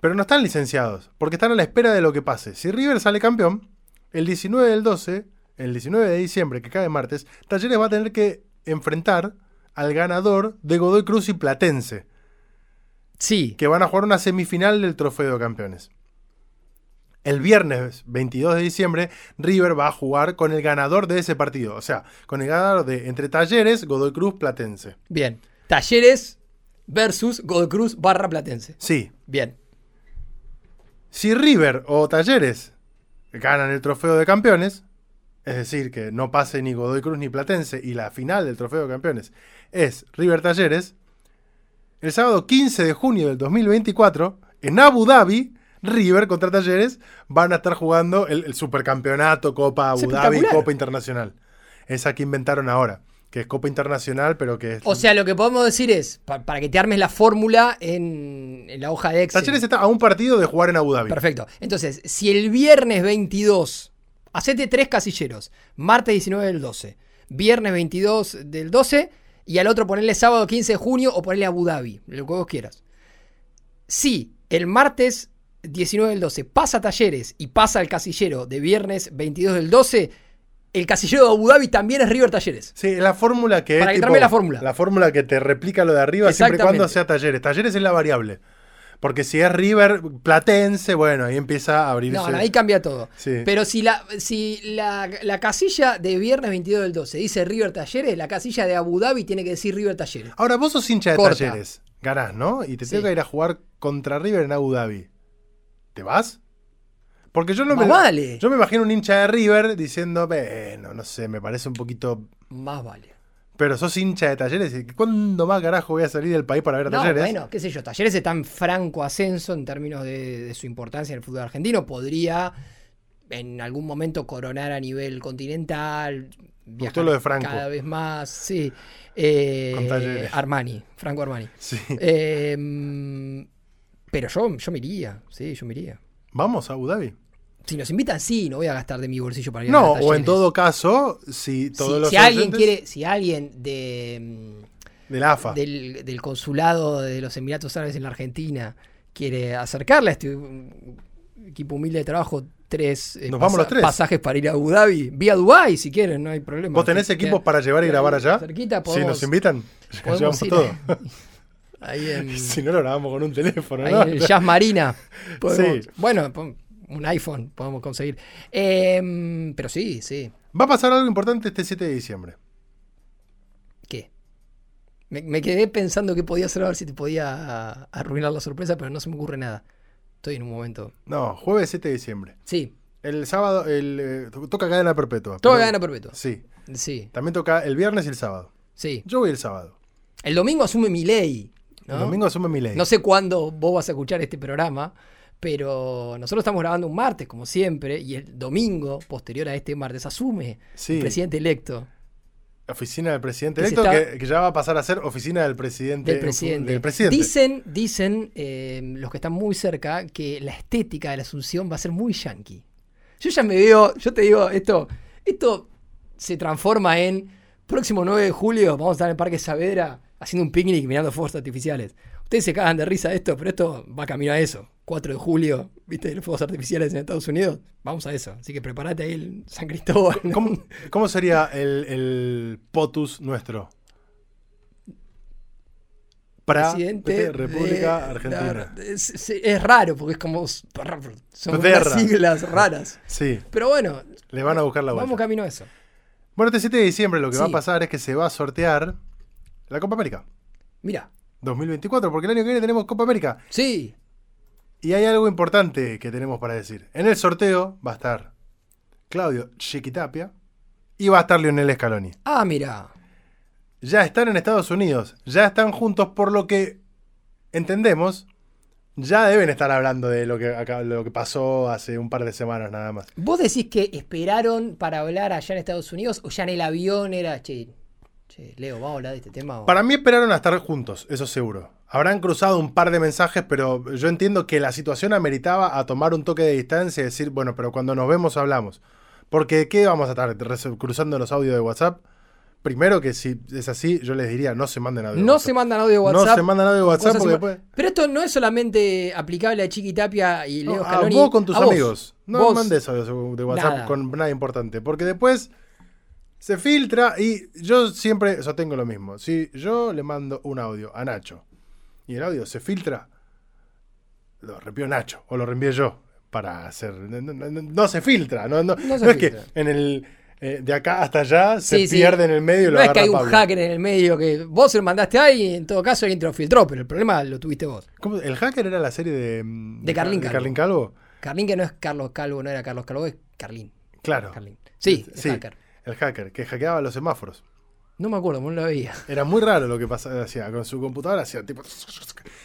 S1: Pero no están licenciados, porque están a la espera de lo que pase. Si River sale campeón, el 19 del 12, el 19 de diciembre, que cae martes, Talleres va a tener que enfrentar al ganador de Godoy Cruz y Platense,
S2: Sí,
S1: que van a jugar una semifinal del Trofeo de Campeones. El viernes 22 de diciembre, River va a jugar con el ganador de ese partido, o sea, con el ganador de entre Talleres, Godoy Cruz, Platense.
S2: bien. Talleres versus Godoy Cruz barra Platense.
S1: Sí,
S2: Bien.
S1: Si River o Talleres ganan el trofeo de campeones, es decir, que no pase ni Godoy Cruz ni Platense y la final del trofeo de campeones es River Talleres, el sábado 15 de junio del 2024, en Abu Dhabi, River contra Talleres van a estar jugando el, el supercampeonato Copa
S2: Es
S1: Abu Dhabi,
S2: espectacular.
S1: Copa Internacional. Esa que inventaron ahora, que es Copa Internacional, pero que es...
S2: O sea, lo que podemos decir es, pa- para que te armes la fórmula en, en la hoja de Excel.
S1: Talleres está a un partido de jugar en Abu Dhabi.
S2: Perfecto. Entonces, si el viernes 22, hacete tres casilleros, martes 19 del 12, viernes 22 del 12 y al otro ponerle sábado 15 de junio o ponerle Abu Dhabi, lo que vos quieras. Si el martes 19 del 12 pasa Talleres y pasa el casillero de viernes 22 del 12, el casillero de Abu Dhabi también es River Talleres.
S1: Sí, la fórmula que
S2: Para
S1: es.
S2: que
S1: tipo,
S2: trame la fórmula.
S1: La fórmula que te replica lo de arriba siempre y cuando
S2: Exactamente.
S1: sea talleres. Talleres es la variable. Porque si es River Platense, bueno, ahí empieza a abrirse.
S2: No, no, ahí cambia todo.
S1: Sí.
S2: Pero si, la, si la, la casilla de viernes 22 del 12 dice River Talleres, la casilla de Abu Dhabi tiene que decir River Talleres.
S1: Ahora, vos sos hincha de
S2: Corta.
S1: talleres. Ganás, ¿no? Y te
S2: Sí.
S1: tengo que ir a jugar contra River en Abu Dhabi. ¿Te vas? Porque yo no
S2: Más
S1: me.
S2: vale.
S1: Yo me imagino un hincha de River diciendo, bueno, no sé, me parece un poquito.
S2: Más vale.
S1: Pero sos hincha de talleres. y ¿Cuándo más carajo voy a salir del país para ver a
S2: No,
S1: talleres?
S2: bueno, qué sé yo, Talleres está en franco ascenso en términos de, de su importancia en el fútbol argentino. Podría en algún momento coronar a nivel continental.
S1: gustó lo de Franco.
S2: Cada vez más, sí. Eh,
S1: Con Talleres.
S2: Armani, Franco Armani.
S1: Sí.
S2: Eh, mm, pero yo, yo me iría, sí, yo me iría.
S1: Vamos a Abu Dhabi.
S2: Si nos invitan, sí, no voy a gastar de mi bolsillo para ir a
S1: No, o
S2: ver
S1: en
S2: Talleres.
S1: todo caso, si
S2: Si-
S1: todos
S2: si,
S1: los
S2: alguien
S1: oyentes
S2: quiere, si alguien de,
S1: del AFA.
S2: mm, del, del consulado de los Emiratos Árabes en la Argentina quiere acercarle a este mm, equipo humilde de trabajo tres, eh,
S1: Nos vamos los tres.
S2: pasajes para ir a Abu Dhabi, vía Dubái si quieren, no hay problema.
S1: ¿Vos tenés
S2: Que-
S1: equipos
S2: que-
S1: para llevar y
S2: que-
S1: grabar allá?
S2: Cerquita
S1: si
S2: podemos,
S1: nos invitan,
S2: podemos
S1: llevamos
S2: ir,
S1: todo.
S2: eh, ahí en,
S1: si no lo grabamos con un teléfono,
S2: Ahí
S1: ¿no?
S2: en el Jazz Marina. Podemos-
S1: Sí.
S2: Bueno, pon- un iPhone podemos conseguir. Em, pero sí, sí.
S1: Va a pasar algo importante este 7 de diciembre.
S2: ¿Qué? Me, me quedé pensando qué podía hacer a ver si te podía arruinar la sorpresa, pero no se me ocurre nada. Estoy en un momento.
S1: No, jueves 7 de diciembre.
S2: Sí,
S1: El sábado, el, eh, to- toca cadena perpetua.
S2: todo
S1: pero-
S2: gana perpetua.
S1: Sí,
S2: Sí,
S1: también toca el viernes y el sábado.
S2: sí.
S1: Yo voy el sábado.
S2: El domingo asume mi ley. ¿no?
S1: El domingo asume mi ley.
S2: No sé cuándo vos vas a escuchar este programa, pero nosotros estamos grabando un martes, como siempre, y el domingo, posterior a este martes, asume
S1: Sí.
S2: el presidente electo.
S1: Oficina del presidente
S2: Que se
S1: electo,
S2: está-
S1: que, que ya va a pasar a ser oficina del presidente.
S2: del presidente.
S1: del presidente.
S2: Dicen, dicen eh, los que están muy cerca que la estética de la Asunción va a ser muy yankee. Yo ya me veo, yo te digo, esto, esto se transforma en próximo 9 de julio, vamos a estar en el Parque Saavedra haciendo un picnic mirando fuegos artificiales. Ustedes se cagan de risa de esto, pero esto va camino a eso. 4 de julio, viste, los fuegos artificiales en Estados Unidos, vamos a eso. Así que prepárate ahí el San Cristóbal.
S1: ¿Cómo, cómo sería el, el POTUS nuestro? Para
S2: presidente de
S1: República
S2: la-
S1: Argentina.
S2: es, es- es raro porque es como s- son unas
S1: Perra.
S2: siglas raras.
S1: Sí,
S2: Pero bueno,
S1: le van a buscar la
S2: vamos
S1: vuelta.
S2: camino a eso.
S1: Bueno, este 7 de diciembre lo que va a
S2: Sí.
S1: pasar es que se va a sortear la Copa América
S2: Mira,
S1: 2024, porque el año que viene tenemos Copa América.
S2: sí,
S1: Y hay algo importante que tenemos para decir. En el sorteo va a estar Claudio Chiquitapia y va a estar Lionel Scaloni.
S2: ah, mira,
S1: ya están en Estados Unidos, ya están juntos, por lo que entendemos, ya deben estar hablando de lo que, acá- lo que pasó hace un par de semanas nada más.
S2: vos decís que esperaron para hablar allá en Estados Unidos o ya en el avión era, che, che, Leo, vamos a hablar de este tema. o-".
S1: Para mí esperaron a estar juntos, eso seguro. Habrán cruzado un par de mensajes, pero yo entiendo que la situación ameritaba a tomar un toque de distancia y decir, bueno, pero cuando nos vemos hablamos. Porque ¿de qué vamos a estar res- cruzando los audios de WhatsApp? Primero que si es así, yo les diría, no se manden audio de
S2: No se
S1: WhatsApp.
S2: mandan audio de WhatsApp.
S1: No se mandan audio de WhatsApp
S2: Cosas
S1: porque
S2: ima-
S1: después...
S2: Pero esto no es solamente aplicable a Chiqui Tapia y Leo
S1: No, a
S2: Scaloni.
S1: Ah, vos con tus
S2: a vos.
S1: amigos. No
S2: Vos.
S1: mandes audios de WhatsApp
S2: Nada.
S1: con nada importante. Porque después se filtra y yo siempre sostengo lo mismo. Si yo le mando un audio a Nacho y el audio se filtra, lo reenvió Nacho o lo reenvié yo para hacer. No, no- no- no se filtra. No, no-
S2: No se
S1: no es
S2: filtra.
S1: que en el. eh, de acá hasta allá se
S2: Sí, sí.
S1: pierde en el medio y lo
S2: No es que
S1: agarra
S2: hay un
S1: Pablo.
S2: hacker en el medio que vos se lo mandaste ahí y en todo caso alguien te lo filtró, pero el problema lo tuviste vos.
S1: ¿Cómo- ¿El hacker era la serie de. mm,
S2: De Carlín Calvo.
S1: Carlín Calvo?
S2: Carlín que no es Carlos Calvo, no era Carlos Calvo, es Carlín.
S1: Claro.
S2: Carlín. Sí, es hacker.
S1: El hacker, que hackeaba los semáforos.
S2: No me acuerdo, no lo veía.
S1: Era muy raro lo que pasaba, hacía con su computadora, hacía tipo...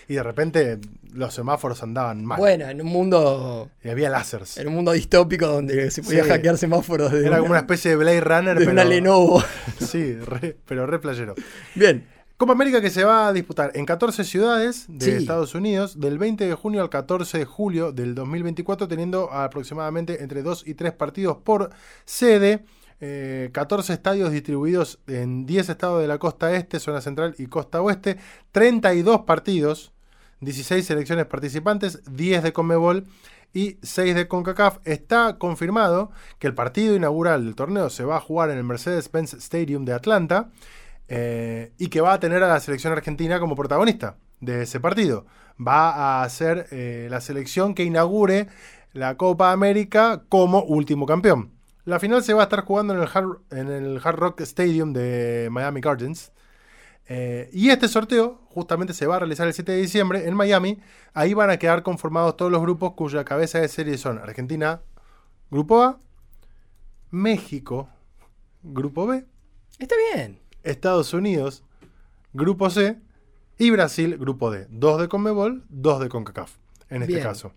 S1: Y de repente los semáforos andaban mal.
S2: Bueno, en un mundo
S1: Y había lásers.
S2: en un mundo distópico donde se podía
S1: Sí.
S2: hackear semáforos de,
S1: Era
S2: una,
S1: como una especie de Blade Runner,
S2: de
S1: pero...
S2: una Lenovo.
S1: Sí, re- pero re playero.
S2: Bien.
S1: Copa América que se va a disputar en 14 ciudades de
S2: Sí.
S1: Estados Unidos del 20 de junio al 14 de julio del 2024, teniendo aproximadamente entre 2 y 3 partidos por sede. eh, 14 estadios distribuidos en 10 estados de la costa este, zona central y costa oeste. 32 partidos, 16 selecciones participantes, 10 de Conmebol y 6 de CONCACAF. Está confirmado que el partido inaugural del torneo se va a jugar en el Mercedes-Benz Stadium de Atlanta eh, y que va a tener a la selección argentina como protagonista de ese partido. Va a ser eh, la selección que inaugure la Copa América como último campeón. La final se va a estar jugando en el Hard, en el Hard Rock Stadium de Miami Gardens. Eh, y este sorteo justamente se va a realizar el 7 de diciembre en Miami. Ahí van a quedar conformados todos los grupos cuya cabeza de serie son Argentina, Grupo A, México, Grupo B,
S2: Está bien.
S1: Estados Unidos, Grupo C, y Brasil, Grupo D. Dos de Conmebol, dos de CONCACAF, en este
S2: Bien.
S1: caso.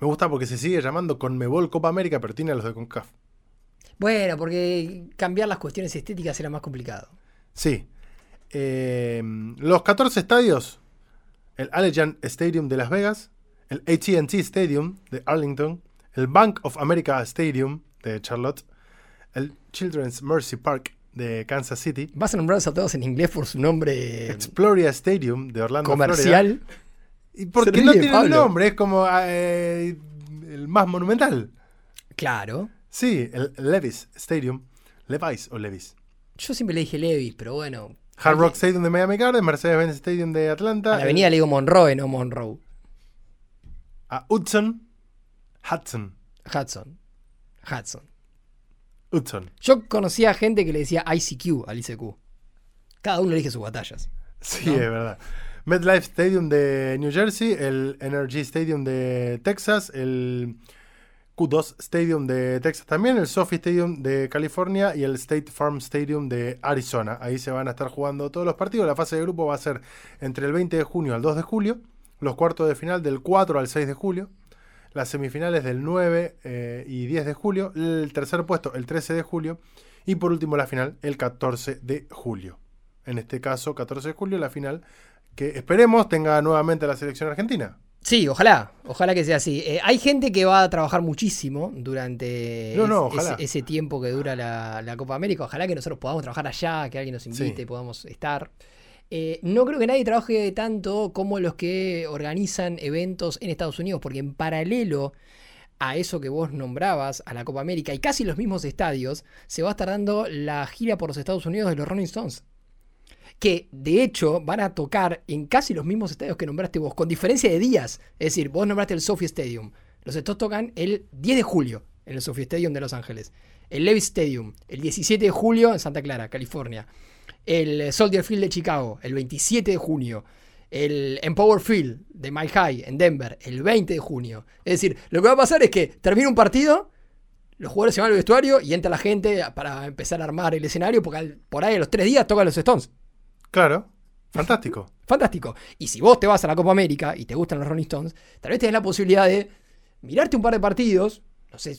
S1: Me gusta porque se sigue llamando Conmebol Copa América, pero tiene a los de CONCACAF.
S2: Bueno, porque cambiar las cuestiones estéticas era más complicado.
S1: Sí. Eh, los 14 estadios, el Allegiant Stadium de Las Vegas, el ATT Stadium de Arlington, el Bank of America Stadium de Charlotte, el Children's Mercy Park de Kansas City,
S2: Vas a nombrarlos a todos en inglés por su nombre eh,
S1: Exploria Stadium de Orlando, Florida.
S2: comercial.
S1: Y porque
S2: Se ríe,
S1: no tiene
S2: Pablo.
S1: nombre, es como eh, el más monumental.
S2: Claro.
S1: Sí, el Levis Stadium. Levi's o Levis.
S2: Yo siempre le dije Levis, pero bueno.
S1: Hard Rock Stadium de Miami Gardens, Mercedes-Benz Stadium de Atlanta.
S2: A la
S1: el-
S2: avenida le digo Monroe, no Monroe.
S1: a Hudson. Hudson.
S2: Hudson. Hudson.
S1: Hudson.
S2: Yo conocía gente que le decía ICQ al ICQ. Cada uno elige sus batallas.
S1: Sí, es verdad. MetLife Stadium de New Jersey, el Energy Stadium de Texas, el Q2 Stadium de Texas también, el Sophie Stadium de California y el State Farm Stadium de Arizona. Ahí se van a estar jugando todos los partidos. La fase de grupo va a ser entre el 20 de junio al 2 de julio, los cuartos de final del 4 al 6 de julio, las semifinales del 9 eh, y 10 de julio, el tercer puesto el 13 de julio y por último la final el 14 de julio. En este caso, 14 de julio, la final que esperemos tenga nuevamente a la selección argentina.
S2: Sí, ojalá, ojalá que sea así. Eh, hay gente que va a trabajar muchísimo durante
S1: No, no,
S2: es-
S1: ojalá.
S2: ese, ese tiempo que dura la, la Copa América. Ojalá que nosotros podamos trabajar allá, que alguien nos invite,
S1: Sí.
S2: podamos estar. Eh, no creo que nadie trabaje tanto como los que organizan eventos en Estados Unidos, porque en paralelo a eso que vos nombrabas, a la Copa América y casi los mismos estadios, se va a estar dando la gira por los Estados Unidos de los Rolling Stones. Que de hecho van a tocar en casi los mismos estadios que nombraste vos, con diferencia de días. Es decir, vos nombraste el Sophie Stadium. Los estos tocan el 10 de julio en el Sophie Stadium de Los Ángeles. El Levis Stadium el 17 de julio en Santa Clara, California. El eh, Soldier Field de Chicago el 27 de junio. El Empower Field de Mile High en Denver el 20 de junio. Es decir, lo que va a pasar es que termina un partido, los jugadores se van al vestuario y entra la gente para empezar a armar el escenario porque al- por ahí a los tres días tocan los Stones.
S1: Claro, fantástico.
S2: Fantástico. Y si vos te vas a la Copa América y te gustan los Rolling Stones, tal vez tenés la posibilidad de mirarte un par de partidos. No sé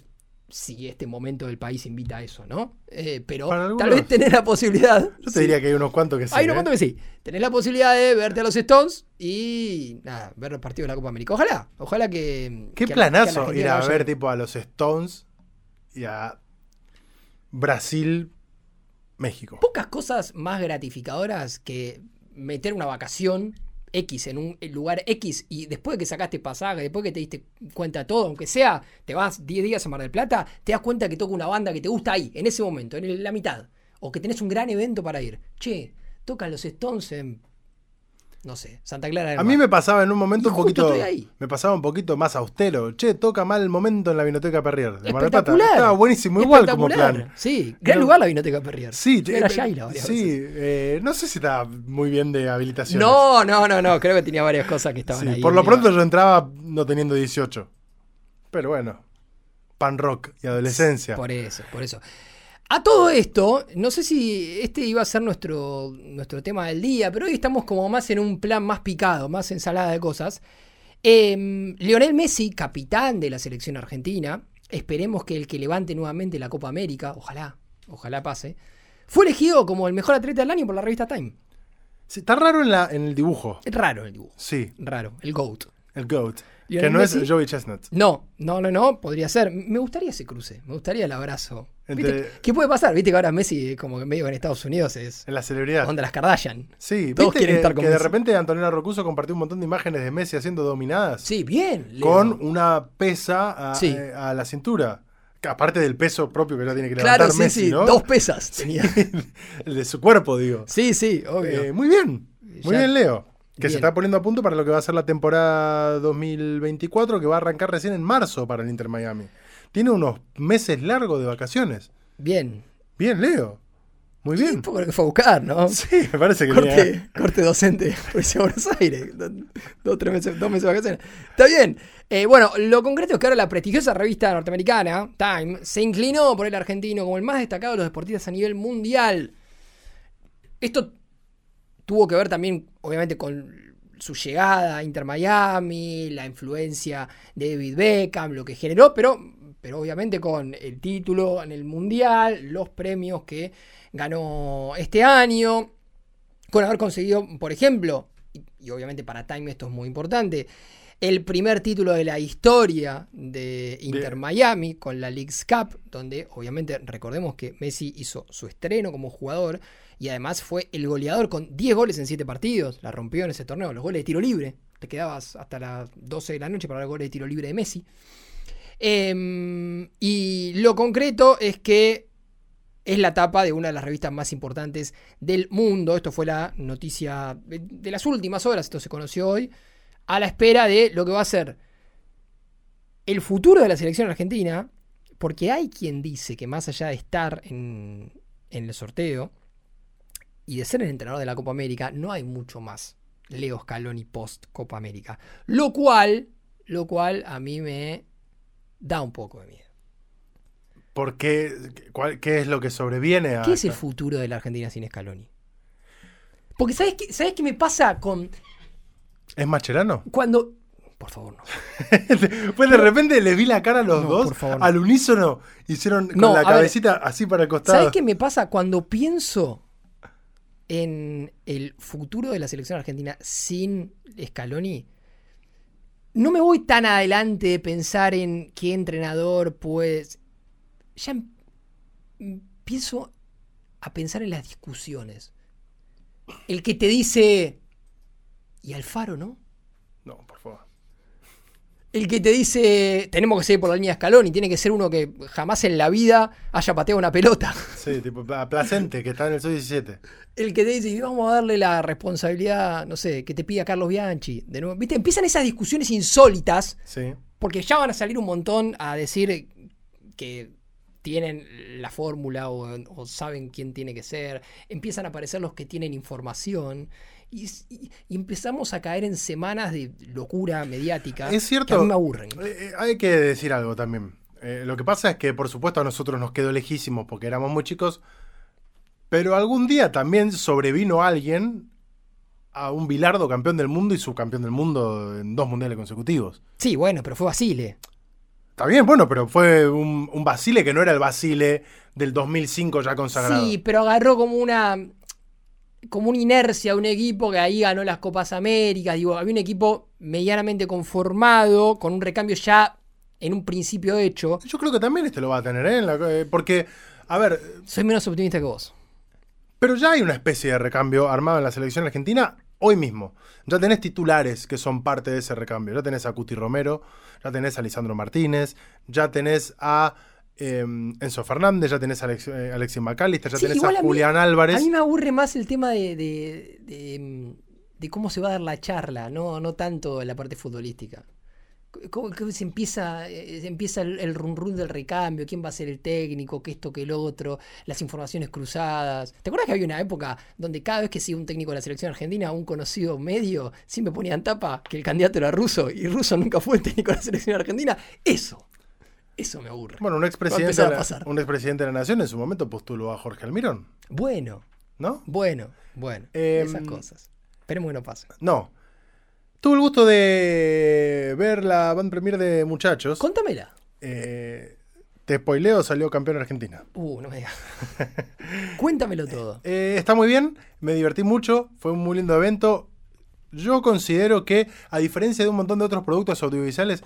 S2: si este momento del país invita a eso, ¿no? Eh, pero
S1: Para algunos.
S2: tal vez tenés la posibilidad.
S1: Yo te
S2: Sí.
S1: diría que hay unos cuantos que sí.
S2: Hay unos
S1: ¿eh?
S2: cuantos que sí. Tenés la posibilidad de verte a los Stones y nada, ver los partidos de la Copa América. Ojalá, ojalá que.
S1: Qué
S2: que a la- que a la
S1: planazo
S2: Argentina
S1: ir a
S2: vaya-
S1: ver tipo a los Stones y a Brasil, México.
S2: Pocas cosas más gratificadoras que meter una vacación X en un lugar X y después de que sacaste este pasaje, después que te diste cuenta de todo, aunque sea, te vas 10 días a Mar del Plata, te das cuenta que toca una banda que te gusta ahí, en ese momento, en el- la mitad. O que tenés un gran evento para ir. Che, tocan los Stones en. No sé, Santa Clara. del
S1: A
S2: Mar.
S1: mí me pasaba en un momento
S2: Y
S1: un
S2: justo
S1: poquito.
S2: estoy ahí.
S1: Me pasaba un poquito más austero. Che, toca mal el momento en la vinoteca Perrier de Mar del Plata.
S2: Espectacular.
S1: Estaba buenísimo, igual como
S2: Espectacular.
S1: plan.
S2: Sí, gran
S1: No.
S2: lugar la Vinoteca Perrier.
S1: Sí,
S2: Era
S1: eh,
S2: Shaila varias veces.
S1: Sí, eh, no sé si estaba muy bien de habilitación.
S2: No, no, no, no, creo que tenía varias cosas que estaban ahí.
S1: por lo
S2: mira.
S1: pronto yo entraba no teniendo 18. Pero bueno, pan rock y adolescencia.
S2: Por eso, por eso. A todo esto, no sé si este iba a ser nuestro, nuestro tema del día, pero hoy estamos como más en un plan más picado, más ensalada de cosas. Em, Lionel Messi, capitán de la selección argentina, esperemos que el que levante nuevamente la Copa América, ojalá, ojalá pase, fue elegido como el mejor atleta del año por la revista Time.
S1: Sí, está raro en, la, en el dibujo.
S2: Es raro el dibujo,
S1: Sí,
S2: raro, el GOAT.
S1: el GOAT.
S2: Lionel
S1: que no
S2: Messi.
S1: es Joey Chestnut.
S2: No, no, no, no, podría ser. Me gustaría ese cruce, me gustaría el abrazo. ¿Viste?
S1: Entre-
S2: ¿Qué puede pasar? Viste que ahora Messi, como que medio en Estados Unidos, es
S1: En la celebridad.
S2: onda las Kardashian.
S1: Sí,
S2: Todos
S1: ¿viste que,
S2: quieren estar con
S1: que de
S2: Messi.
S1: repente Antonella Rocuso compartió un montón de imágenes de Messi haciendo dominadas
S2: Sí, bien. Leo.
S1: con una pesa a,
S2: Sí.
S1: eh, a la cintura. Que aparte del peso propio que ya tiene que levantar
S2: Claro, sí,
S1: Messi,
S2: sí,
S1: ¿no?
S2: dos pesas tenía.
S1: el de su cuerpo, digo.
S2: Sí, sí, obvio.
S1: Eh, muy bien, muy
S2: Ya-
S1: bien Leo. Que
S2: Bien.
S1: se está poniendo a punto para lo que va a ser la temporada 2024, que va a arrancar recién en marzo para el Inter Miami. Tiene unos meses largos de vacaciones.
S2: bien.
S1: Bien, Leo. Muy
S2: Sí,
S1: bien.
S2: poco lo que fue a buscar, ¿no?
S1: Sí, me parece que tenía-
S2: Corte, corte docente de la Universidad de Buenos Aires. Do- Dos, tres meses, dos meses de vacaciones. Está bien. Eh, bueno, lo concreto es que ahora la prestigiosa revista norteamericana, Time, se inclinó por el argentino como el más destacado de los deportistas a nivel mundial. Esto tuvo que ver también, obviamente, con su llegada a Inter Miami, la influencia de David Beckham, lo que generó, pero, pero obviamente con el título en el Mundial, los premios que ganó este año, con haber conseguido, por ejemplo, y, y obviamente para Time esto es muy importante, el primer título de la historia de Inter
S1: De-
S2: Miami con la League's Cup, donde obviamente recordemos que Messi hizo su estreno como jugador y además fue el goleador con 10 goles en 7 partidos, la rompió en ese torneo, los goles de tiro libre, te quedabas hasta las 12 de la noche para los goles de tiro libre de Messi. Em, y lo concreto es que es la tapa de una de las revistas más importantes del mundo. Esto fue la noticia de, de las últimas horas, esto se conoció hoy, a la espera de lo que va a ser el futuro de la selección argentina, porque hay quien dice que más allá de estar en, en el sorteo y de ser el entrenador de la Copa América, no hay mucho más Leo Scaloni post Copa América. Lo cual, lo cual a mí me da un poco de miedo.
S1: ¿Por qué? ¿Cuál- ¿Qué es lo que sobreviene a.?
S2: ¿Qué es el
S1: esto?
S2: futuro de la Argentina sin Scaloni? Porque ¿sabes qué, ¿sabes qué me pasa con
S1: ¿Es Macherano?
S2: cuando... Por favor, no.
S1: pues de repente le vi la cara a los
S2: No,
S1: dos,
S2: por favor, no.
S1: al unísono, hicieron con
S2: No, a
S1: la
S2: ver.
S1: cabecita así para el costado.
S2: ¿Sabes qué me pasa cuando pienso en el futuro de la selección argentina sin Scaloni? No me voy tan adelante de pensar en qué entrenador, pues. Ya em- empiezo a pensar en las discusiones. El que te dice. Y Alfaro, ¿no?
S1: No, por favor.
S2: El que te dice. Tenemos que seguir por la línea de Scaloni. Tiene que ser uno que jamás en la vida haya pateado una pelota.
S1: Sí, tipo, a Placente, que está en el sub 17.
S2: El que te dice, "Y vamos a darle la responsabilidad, no sé, que te pida Carlos Bianchi. De nuevo, ¿viste? Empiezan esas discusiones insólitas,
S1: Sí.
S2: porque ya van a salir un montón a decir que tienen la fórmula o, o saben quién tiene que ser. Empiezan a aparecer los que tienen información. Y, s- y- y empezamos a caer en semanas de locura mediática.
S1: Es cierto.
S2: Que a mí me aburren.
S1: Eh, eh, hay que decir algo también. Eh, lo que pasa es que, por supuesto, a nosotros nos quedó lejísimos porque éramos muy chicos. Pero algún día también sobrevino alguien a un Bilardo campeón del mundo y subcampeón del mundo en dos mundiales consecutivos.
S2: Sí, bueno, pero fue Basile.
S1: Está bien, bueno, pero fue un, un Basile que no era el Basile del 2005 ya consagrado.
S2: Sí, pero agarró como una como una inercia un equipo que ahí ganó las Copas Américas. Digo, había un equipo medianamente conformado, con un recambio ya en un principio hecho.
S1: Yo creo que también este lo va a tener, ¿eh? En la- eh, porque, a ver,
S2: Soy menos optimista que vos.
S1: pero ya hay una especie de recambio armado en la selección argentina hoy mismo. Ya tenés titulares que son parte de ese recambio. Ya tenés a Cuti Romero, ya tenés a Lisandro Martínez, ya tenés a eh, Enzo Fernández, ya tenés a Alex- eh, Alexis McAllister, ya
S2: Sí,
S1: tenés
S2: igual
S1: a,
S2: a mí-
S1: Julián Álvarez.
S2: A mí me aburre más el tema de, de, de, mm, de cómo se va a dar la charla, no, no tanto la parte futbolística. C- cómo- cómo se empieza, eh, se empieza el, el run run del recambio, quién va a ser el técnico, qué esto, qué el otro, las informaciones cruzadas. ¿Te acuerdas que había una época donde cada vez que se iba un técnico de la selección argentina, un conocido medio, siempre ponían tapa que el candidato era ruso y ruso nunca fue el técnico de la selección argentina? Eso, eso me aburre.
S1: Bueno, un expresidente,
S2: empezar
S1: de
S2: a
S1: la-
S2: pasar.
S1: un expresidente de la Nación en su momento postuló a Jorge Almirón,
S2: Bueno,
S1: ¿no?
S2: bueno, bueno,
S1: Em,
S2: esas cosas. Esperemos que no pase.
S1: No. Tuve el gusto de ver la band premier de Muchachos.
S2: Contamela.
S1: Eh, te spoileo, salió campeón Argentina.
S2: Uh, no me digas. Cuéntamelo todo.
S1: Eh, está muy bien, me divertí mucho, fue un muy lindo evento. Yo considero que, a diferencia de un montón de otros productos audiovisuales,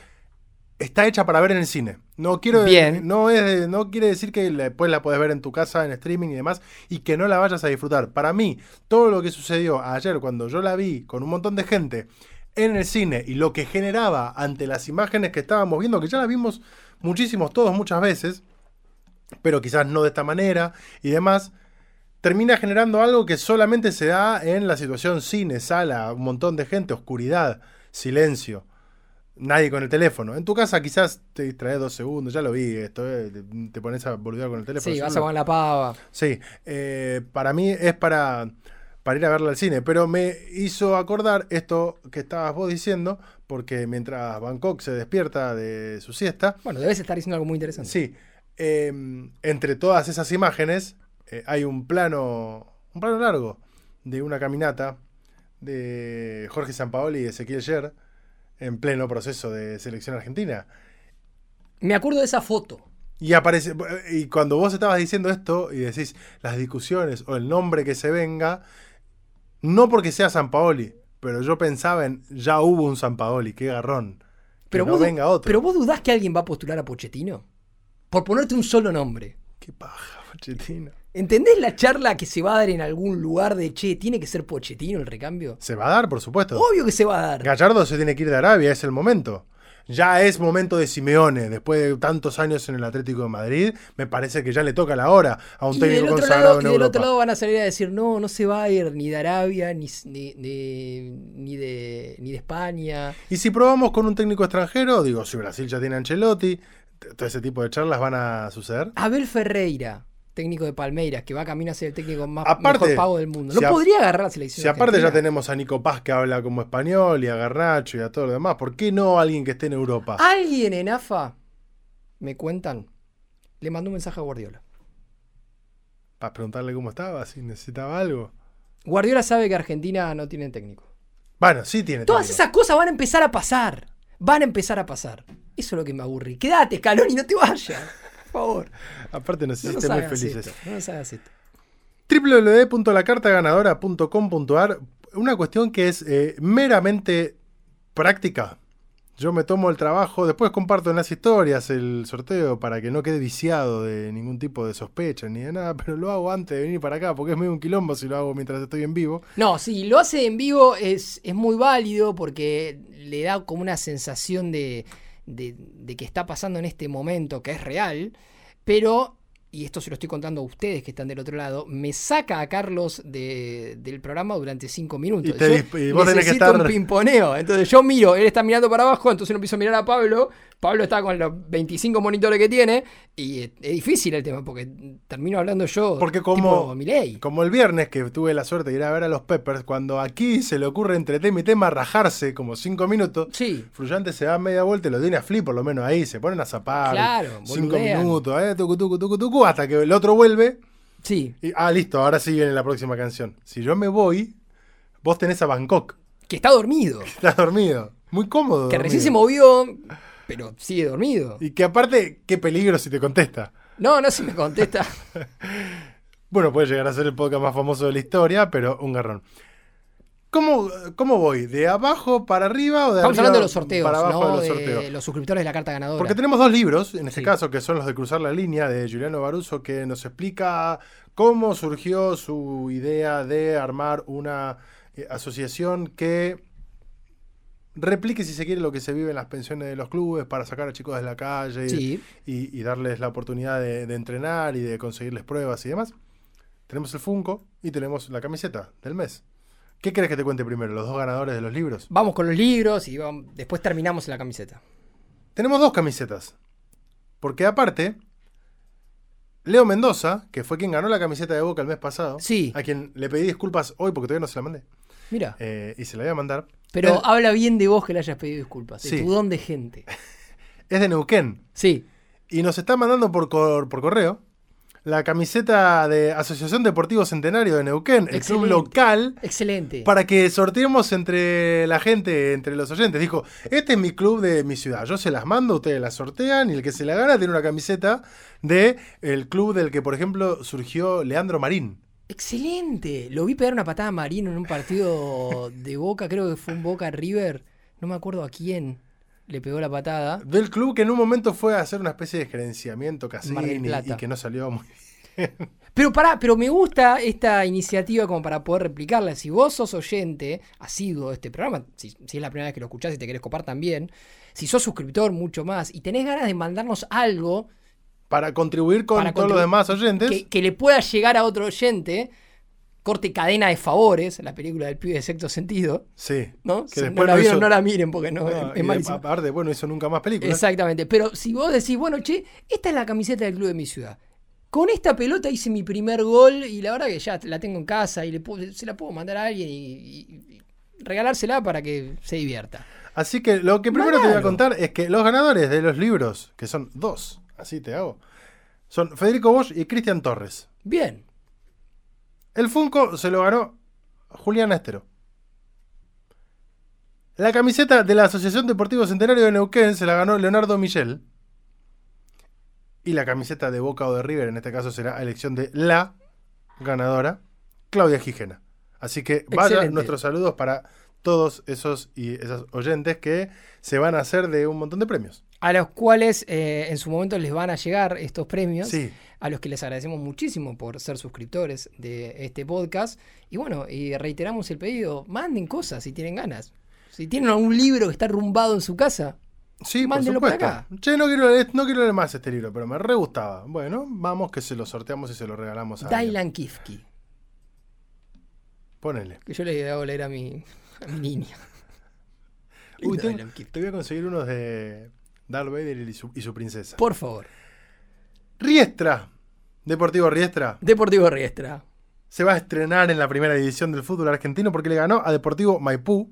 S1: está hecha para ver en el cine. No quiero
S2: Bien.
S1: No, es, no quiere decir que la- después la podés ver en tu casa, en streaming y demás, y que no la vayas a disfrutar. Para mí, todo lo que sucedió ayer cuando yo la vi con un montón de gente en el cine y lo que generaba ante las imágenes que estábamos viendo, que ya la vimos muchísimos todos muchas veces, pero quizás no de esta manera y demás, termina generando algo que solamente se da en la situación cine, sala, un montón de gente, oscuridad, silencio, nadie con el teléfono. En tu casa quizás te distraes dos segundos, ya lo vi, esto eh, te- te pones a boludear con el teléfono.
S2: Eh, Sí, vas a
S1: celular.
S2: poner la pava.
S1: Sí, eh, para mí es para, para ir a verla al cine, pero me hizo acordar esto que estabas vos diciendo, porque mientras Bangkok se despierta de su siesta,
S2: Bueno, debes estar diciendo algo muy interesante.
S1: sí, eh, entre todas esas imágenes eh, hay un plano, un plano largo de una caminata de Jorge Sampaoli y Ezequiel Yer en pleno proceso de selección argentina.
S2: Me acuerdo de esa foto.
S1: Y aparece. Y cuando vos estabas diciendo esto y decís las discusiones o el nombre que se venga, no porque sea San Paoli, pero yo pensaba en ya hubo un San Paoli, qué garrón.
S2: Pero,
S1: que no
S2: vos, du-
S1: venga otro.
S2: pero vos dudás que alguien va a postular a Pochettino. Por ponerte un solo nombre.
S1: Qué paja, Pochettino.
S2: ¿Entendés la charla que se va a dar en algún lugar de che, tiene que ser Pochettino el recambio?
S1: Se va a dar, por supuesto.
S2: Obvio que se va a dar.
S1: Gallardo se tiene que ir de Arabia, es el momento. Ya es momento de Simeone, después de tantos años en el Atlético de Madrid, me parece que ya le toca la hora a un
S2: Y del,
S1: técnico
S2: otro
S1: consagrado
S2: lado,
S1: en
S2: y del
S1: Europa.
S2: otro lado van a salir a decir, no, no se va a ir ni de Arabia, ni, s- ni, ni- ni de, ni de España.
S1: Y si probamos con un técnico extranjero, digo, si Brasil ya tiene a Ancelotti, t- todo ese tipo de charlas van a suceder.
S2: Abel Ferreira, técnico de Palmeiras, que va camino a ser el técnico más
S1: Aparte,
S2: mejor pago del mundo.
S1: si
S2: No
S1: a-
S2: podría agarrar la selección.
S1: Si aparte ya
S2: argentina.
S1: tenemos a Nico Paz que habla como español y a Garnacho y a todo lo demás, ¿por qué no alguien que esté en Europa?
S2: Ah. Alguien en AFA, me cuentan, le mandó un mensaje a Guardiola.
S1: Para preguntarle cómo estaba, si necesitaba algo.
S2: Guardiola sabe que Argentina no tiene técnico.
S1: Bueno, sí tiene
S2: Todas
S1: técnico.
S2: esas cosas van a empezar a pasar. Van a empezar a pasar. Eso es lo que me aburrí. Quédate, Scaloni, no te vayas. Por favor.
S1: Aparte nos
S2: No nos
S1: hiciste muy
S2: hagas
S1: felices.
S2: esto, No nos hagas esto.
S1: www.lacartaganadora.com.ar Una cuestión que es eh, meramente práctica. Yo me tomo el trabajo, después comparto en las historias el sorteo para que no quede viciado de ningún tipo de sospecha ni de nada, pero lo hago antes de venir para acá porque es medio un quilombo si lo hago mientras estoy en vivo.
S2: No, si lo hace en vivo es, es muy válido porque le da como una sensación de, de- de que está pasando en este momento, que es real, pero, y esto se lo estoy contando a ustedes que están del otro lado, me saca a Carlos de- del programa durante cinco minutos.
S1: Y te
S2: Yo
S1: dis- y vos tenés que
S2: necesito
S1: estar-
S2: un pimponeo, entonces yo miro, él está mirando para abajo, entonces uno empiezo a mirar a Pablo, Pablo está con los 25 monitores que tiene, y es, es difícil el tema porque termino hablando yo
S1: Porque
S2: tipo
S1: como,
S2: Milei.
S1: como el viernes que tuve la suerte de ir a ver a los Peppers, cuando aquí se le ocurre entre tema y tema rajarse como cinco minutos,
S2: Sí.
S1: Frullante se da media vuelta y lo tiene a flip, por lo menos ahí, se ponen a zapar.
S2: Claro,
S1: cinco
S2: boludean.
S1: minutos, eh, tucu, tucu, tucu, tucu, hasta que el otro vuelve.
S2: Sí,
S1: Y, ah, listo, ahora sí viene la próxima canción. Si yo me voy, vos tenés a Bangkok.
S2: que está dormido.
S1: Estás dormido. Muy cómodo.
S2: Que recién se
S1: dormido.
S2: movió, pero sigue dormido.
S1: Y que aparte, qué peligro si te contesta.
S2: No, no se me contesta.
S1: Bueno, puede llegar a ser el podcast más famoso de la historia, pero un garrón. ¿Cómo, ¿Cómo voy? ¿De abajo para arriba o de
S2: Estamos
S1: arriba
S2: hablando de los sorteos,
S1: para abajo de
S2: no
S1: los sorteos?
S2: los suscriptores de la carta ganadora.
S1: Porque tenemos dos libros, en este
S2: Sí.
S1: caso, que son los de Cruzar la Línea de Juliano Baruso, que nos explica cómo surgió su idea de armar una eh, asociación que replique, si se quiere, lo que se vive en las pensiones de los clubes para sacar a chicos de la calle y-
S2: Sí,
S1: y, y darles la oportunidad de, de entrenar y de conseguirles pruebas y demás. Tenemos el Funko y tenemos la camiseta del mes. ¿Qué crees que te cuente primero? ¿Los dos ganadores de los libros?
S2: vamos con los libros y vamos- después terminamos en la camiseta.
S1: Tenemos dos camisetas. Porque aparte, Leo Mendoza, que fue quien ganó la camiseta de Boca el mes pasado,
S2: Sí.
S1: a quien le pedí disculpas hoy porque todavía no se la mandé,
S2: Mira,
S1: eh, y se la voy a mandar,
S2: pero
S1: eh.
S2: habla bien de vos que le hayas pedido disculpas, de
S1: Sí.
S2: tu don de gente.
S1: es de Neuquén.
S2: Sí,
S1: Y nos está mandando por, cor- por correo la camiseta de Asociación Deportivo Centenario de Neuquén, el club
S2: Excelente.
S1: local.
S2: excelente.
S1: Para que sorteemos entre la gente, entre los oyentes. Dijo, este es mi club de mi ciudad. Yo se las mando, ustedes las sortean y el que se la gana tiene una camiseta de el club del que, por ejemplo, surgió Leandro Marín.
S2: Excelente. Lo vi pegar una patada a Marino en un partido de Boca, creo que fue un Boca River, no me acuerdo a quién le pegó la patada.
S1: Del club que en un momento fue a hacer una especie de gerenciamiento casi
S2: Mar del Plata.
S1: y que no salió muy bien.
S2: Pero pará, pero me gusta esta iniciativa como para poder replicarla. Si vos sos oyente, asiduo de este programa, si, si es la primera vez que lo escuchás y te querés copar también, si sos suscriptor, mucho más, y tenés ganas de mandarnos algo
S1: Para contribuir con
S2: Para
S1: todos
S2: contribu-
S1: los demás oyentes.
S2: que, que le pueda llegar a otro oyente, corte cadena de favores, la película del pibe de sexto sentido,
S1: Sí.
S2: ¿no?
S1: Que
S2: Si
S1: después
S2: no la
S1: no
S2: vieron,
S1: hizo-
S2: no la miren porque no,
S1: No,
S2: es-
S1: y
S2: es malísima.
S1: aparte, bueno, hizo nunca más películas.
S2: Exactamente. Pero si vos decís, bueno, che, esta es la camiseta del club de mi ciudad. Con esta pelota hice mi primer gol y la verdad que ya la tengo en casa y le puedo- se la puedo mandar a alguien y, y- y regalársela para que se divierta.
S1: Así que lo que primero te voy a
S2: Mandalo.
S1: contar es que los ganadores de los libros, que son dos, así te hago, son Federico Bosch y Cristian Torres.
S2: Bien.
S1: El Funko se lo ganó Julián Estero. La camiseta de la Asociación Deportivo Centenario de Neuquén se la ganó Leonardo Michel. Y la camiseta de Boca o de River, en este caso será elección de la ganadora, Claudia Gijena. Así que vaya
S2: Excelente.
S1: nuestros saludos para todos esos y esas oyentes que se van a hacer de un montón de premios.
S2: A los cuales eh, en su momento les van a llegar estos premios.
S1: Sí,
S2: a los que les agradecemos muchísimo por ser suscriptores de este podcast. Y bueno, y reiteramos el pedido, manden cosas si tienen ganas. Si tienen algún libro que está rumbado en su casa,
S1: sí, por
S2: Mándenlo para
S1: supuesto.
S2: acá.
S1: Che, no quiero, leer, no quiero leer más este libro, pero me re gustaba. Bueno, vamos que se lo sorteamos y se lo regalamos a alguien.
S2: Dylan Kifke,
S1: Ponele.
S2: que yo le hago leer a mi, a mi niña.
S1: Uy,
S2: Lindo
S1: tengo-
S2: Dylan Kifke.
S1: te voy a conseguir unos de Darth Vader y su, y su princesa.
S2: Por favor,
S1: Riestra, Deportivo Riestra,
S2: Deportivo Riestra.
S1: se va a estrenar en la primera división del fútbol argentino porque le ganó a Deportivo Maipú.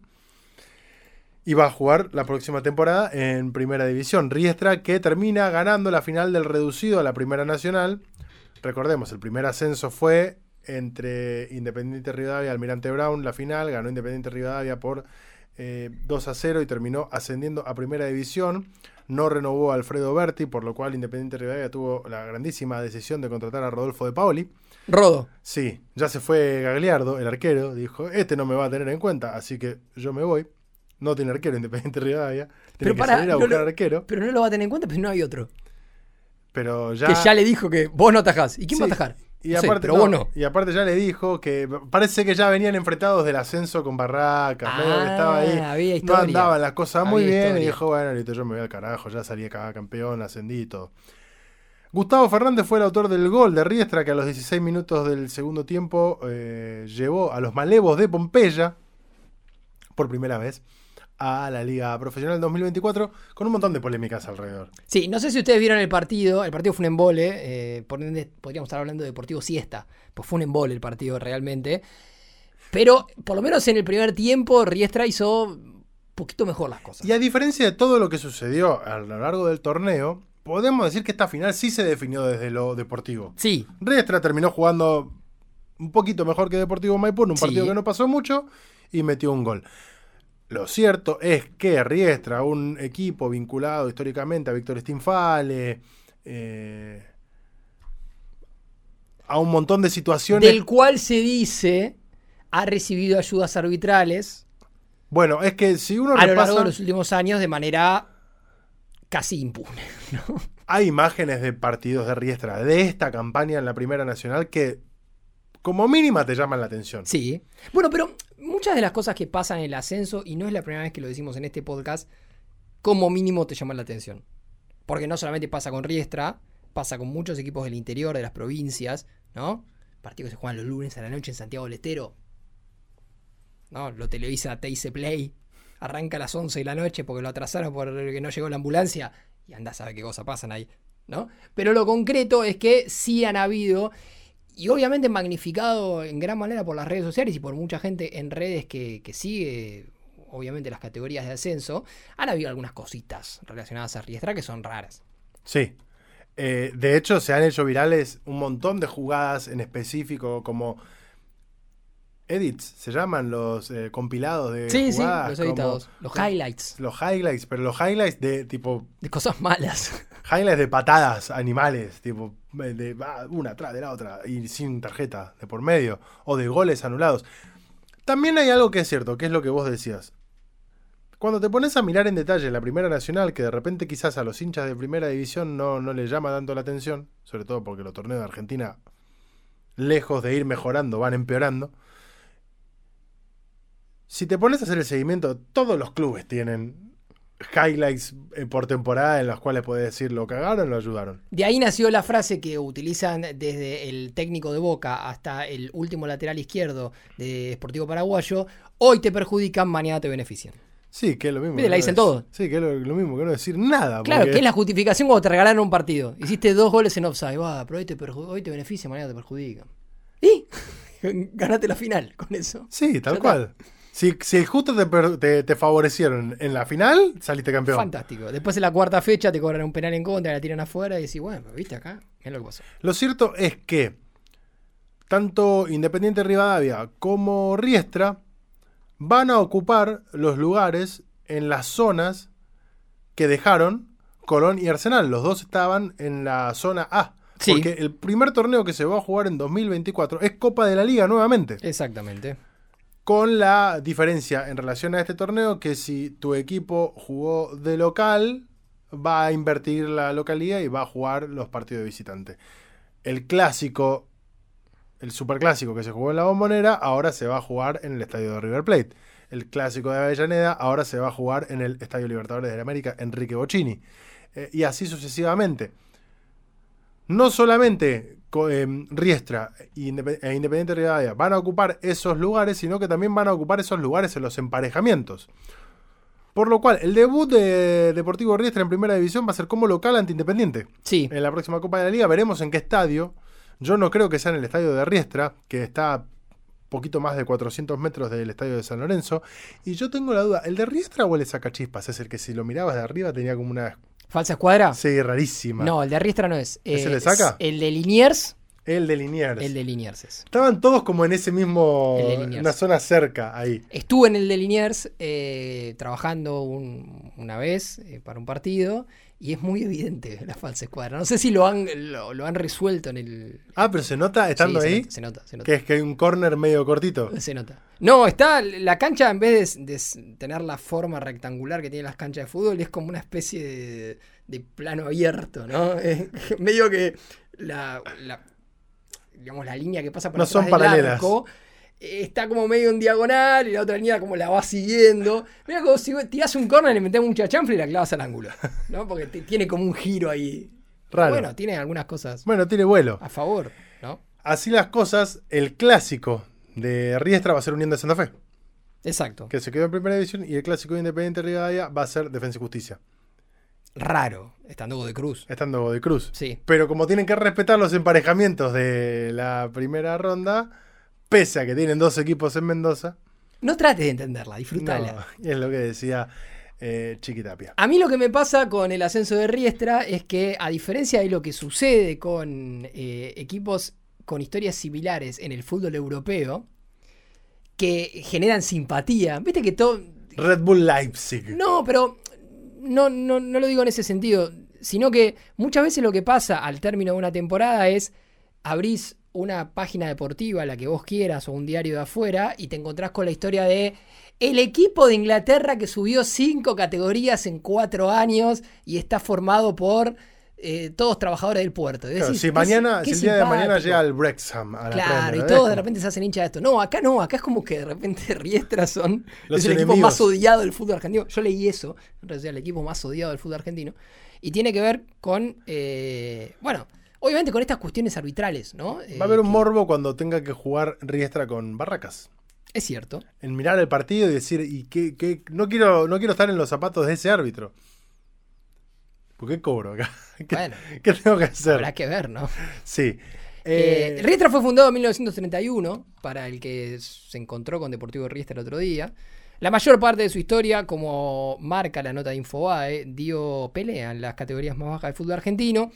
S1: Y va a jugar la próxima temporada en Primera División. Riestra que termina ganando la final del reducido a la Primera Nacional. Recordemos, el primer ascenso fue entre Independiente Rivadavia y Almirante Brown. La final ganó Independiente Rivadavia por eh, 2 a 0 y terminó ascendiendo a Primera División. No renovó a Alfredo Berti, por lo cual Independiente Rivadavia tuvo la grandísima decisión de contratar a Rodolfo de Paoli.
S2: Rodo.
S1: Sí, ya se fue Gagliardo, el arquero, dijo, este no me va a tener en cuenta, así que yo me voy. No tiene arquero Independiente Rivadavia, tiene
S2: Pero
S1: que
S2: pará,
S1: salir a
S2: no
S1: buscar
S2: lo-
S1: arquero,
S2: Pero no lo va a tener en cuenta, pues no hay otro.
S1: pero ya...
S2: Que ya le dijo que vos no atajás. ¿Y quién va a
S1: Sí,
S2: atajar?
S1: Y
S2: No sé,
S1: aparte,
S2: pero
S1: no,
S2: vos no.
S1: y aparte ya le dijo que parece que ya venían enfrentados del ascenso con Barracas, medio que estaba ahí.
S2: Ah, había
S1: No
S2: historia.
S1: andaban las cosas muy
S2: Había
S1: bien y
S2: historia.
S1: dijo, bueno, listo, yo me voy al carajo, ya salí acá campeón, ascendí y todo. Gustavo Fernández fue el autor del gol de Riestra que a los 16 minutos del segundo tiempo eh, llevó a los malevos de Pompeya por primera vez a la Liga Profesional 2024 con un montón de polémicas alrededor.
S2: Sí, no sé si ustedes vieron el partido. El partido fue un embole. eh, por ende, podríamos estar hablando de Deportivo Siesta. Pues fue un embole el partido realmente. Pero por lo menos en el primer tiempo, Riestra hizo un poquito mejor las cosas.
S1: Y a diferencia de todo lo que sucedió a lo largo del torneo, podemos decir que esta final sí se definió desde lo deportivo.
S2: Sí,
S1: Riestra terminó jugando un poquito mejor que Deportivo Maipú en un
S2: Sí.
S1: partido que no pasó mucho y metió un gol. Lo cierto es que Riestra, un equipo vinculado históricamente a Víctor Stinfale, eh, a un montón de situaciones
S2: del cual se dice ha recibido ayudas arbitrales
S1: Bueno, es que si uno
S2: a lo largo
S1: repasa,
S2: de los últimos años de manera casi impune. ¿no?
S1: hay imágenes de partidos de Riestra de esta campaña en la Primera Nacional que como mínima te llaman la atención.
S2: Sí. Bueno, pero muchas de las cosas que pasan en el ascenso, y no es la primera vez que lo decimos en este podcast, como mínimo te llaman la atención. Porque no solamente pasa con Riestra, pasa con muchos equipos del interior, de las provincias, ¿no? Partidos que se juegan los lunes a la noche en Santiago del Estero. ¿No? Lo televisa Teise Play. Arranca a las 11 de la noche porque lo atrasaron porque no llegó la ambulancia. Y anda a saber qué cosas pasan ahí, ¿no? Pero lo concreto es que sí han habido y obviamente magnificado en gran manera por las redes sociales y por mucha gente en redes que, que sigue, obviamente, las categorías de ascenso, han habido algunas cositas relacionadas a Riestra que son raras.
S1: Sí. Eh, de hecho, se han hecho virales un montón de jugadas en específico, como edits, se llaman los eh, compilados de
S2: sí, sí,
S1: jugadas.
S2: los
S1: como
S2: editados, los highlights,
S1: Los highlights, pero los highlights de tipo.
S2: de cosas malas.
S1: Highlights de patadas, animales, tipo. eh, De, va, una atrás de la otra, y sin tarjeta de por medio, o de goles anulados. También hay algo que es cierto, que es lo que vos decías. Cuando te pones a mirar en detalle la Primera Nacional, que de repente quizás a los hinchas de Primera División no, no les llama tanto la atención, sobre todo porque los torneos de Argentina, lejos de ir mejorando, van empeorando. Si te pones a hacer el seguimiento, todos los clubes tienen highlights eh, por temporada en los cuales puedes decir lo cagaron, lo ayudaron.
S2: De ahí nació la frase que utilizan desde el técnico de Boca hasta el último lateral izquierdo de Sportivo Paraguayo, hoy te perjudican, mañana te benefician.
S1: Sí, que es lo mismo.
S2: Viste,
S1: que
S2: la
S1: no
S2: dicen
S1: dec-
S2: todos.
S1: Sí, que es lo, lo mismo que no decir nada.
S2: Claro,
S1: Ah, porque-
S2: que es la justificación cuando te regalaron un partido. Hiciste dos goles en offside. Va, pero hoy te, perju- hoy te beneficia, mañana te perjudica. Y ganaste la final con eso.
S1: Sí,
S2: Ya
S1: tal
S2: está.
S1: cual. Si, si justo te, per- te- te favorecieron en la final, saliste campeón.
S2: Fantástico. Después en la cuarta fecha te cobran un penal en contra, la tiran afuera y decís, bueno, pero viste acá, es lo que pasó.
S1: Lo cierto es que tanto Independiente Rivadavia como Riestra van a ocupar los lugares en las zonas que dejaron Colón y Arsenal. Los dos estaban en la zona A.
S2: Sí.
S1: Porque el primer torneo que se va a jugar en 2024 es Copa de la Liga nuevamente.
S2: Exactamente.
S1: Con la diferencia en relación a este torneo que si tu equipo jugó de local, va a invertir la localidad y va a jugar los partidos de visitante. El clásico, el superclásico que se jugó en la bombonera, ahora se va a jugar en el estadio de River Plate. El clásico de Avellaneda ahora se va a jugar en el Estadio Libertadores de la América, Enrique Bocini. Eh, y así sucesivamente. No solamente co- em, Riestra e Indep- e Independiente Rivadavia van a ocupar esos lugares, sino que también van a ocupar esos lugares en los emparejamientos. Por lo cual, el debut de Deportivo Riestra en Primera División va a ser como local ante Independiente.
S2: Sí.
S1: En la próxima Copa de la Liga veremos en qué estadio. Yo no creo que sea en el estadio de Riestra, que está a poquito más de 400 metros del estadio de San Lorenzo. Y yo tengo la duda, ¿el de Riestra o el de Sacachispas? Es el que si lo mirabas de arriba tenía como una...
S2: ¿Falsa escuadra?
S1: Sí, rarísima.
S2: Ah. No, el de Riestra no es.
S1: ¿Es
S2: Eh,
S1: el de Saca?
S2: El de Liniers,
S1: El de Liniers.
S2: el de Liniers es.
S1: Estaban todos como en ese mismo.
S2: El de Liniers.
S1: Una zona cerca ahí.
S2: Estuve en el de Liniers eh, trabajando un- una vez eh, para un partido y es muy evidente la falsa escuadra. No sé si lo han, lo, lo han resuelto en el...
S1: Ah, pero se nota estando
S2: Sí, se
S1: ahí
S2: nota, Se nota, se nota.
S1: que es que hay un corner medio cortito.
S2: Se nota. No, está la cancha, en vez de, de s- tener la forma rectangular que tienen las canchas de fútbol, es como una especie de, de plano abierto, ¿no? Es medio que la, la- digamos, la línea que pasa por
S1: No
S2: atrás
S1: son
S2: del
S1: paralelas.
S2: arco, eh, está como medio en diagonal y la otra línea como la va siguiendo. Mira como si tirás un corner, le metés mucha chanfle y la clavas al ángulo, ¿no? Porque te- tiene como un giro ahí.
S1: Raro.
S2: Bueno, tiene algunas cosas
S1: Bueno, tiene vuelo.
S2: a favor, ¿no?
S1: Así las cosas, el clásico de Riestra va a ser Unión de Santa Fe,
S2: Exacto.
S1: que se quedó en primera división, y el clásico de Independiente Rivadavia va a ser Defensa y Justicia,
S2: Raro, estando de cruz.
S1: estando Godoy Cruz.
S2: Sí.
S1: Pero como tienen que respetar los emparejamientos de la primera ronda, pese a que tienen dos equipos en Mendoza,
S2: No trates de entenderla, disfrutala.
S1: no, es lo que decía eh, Chiquitapia.
S2: A mí lo que me pasa con el ascenso de Riestra es que, a diferencia de lo que sucede con eh, equipos con historias similares en el fútbol europeo, que generan simpatía. Viste que todo.
S1: Red Bull Leipzig.
S2: No, pero no, no, no lo digo en ese sentido. Sino que muchas veces lo que pasa al término de una temporada es abrís una página deportiva, la que vos quieras, o un diario de afuera, y te encontrás con la historia de el equipo de Inglaterra que subió cinco categorías en cuatro años y está formado por eh, todos trabajadores del puerto. Y
S1: Claro,
S2: decís,
S1: si
S2: qué
S1: mañana, si
S2: si- qué
S1: el día de mañana
S2: simpático.
S1: llega el Brexham a la
S2: Claro,
S1: Premier,
S2: y
S1: ¿eh?
S2: todos de repente se hacen hincha de esto. No, acá no, acá es como que de repente Riestras son
S1: Los
S2: es el equipo
S1: enemigos.
S2: más odiado del fútbol argentino. Yo leí eso, en realidad, el equipo más odiado del fútbol argentino. Y tiene que ver con, eh, bueno, obviamente con estas cuestiones arbitrales, ¿no? Eh,
S1: Va a haber un
S2: que-
S1: morbo cuando tenga que jugar Riestra con Barracas.
S2: Es cierto.
S1: En mirar el partido y decir, y qué, qué- no, quiero, no quiero estar en los zapatos de ese árbitro. ¿Por qué cobro acá? ¿Qué,
S2: Bueno.
S1: qué tengo que hacer?
S2: Habrá que ver, ¿no?
S1: Sí.
S2: Eh,
S1: Eh,
S2: Riestra fue fundado en 1931, para el que se encontró con Deportivo Riestra el otro día. La mayor parte de su historia, como marca la nota de Infobae, dio pelea en las categorías más bajas del fútbol argentino.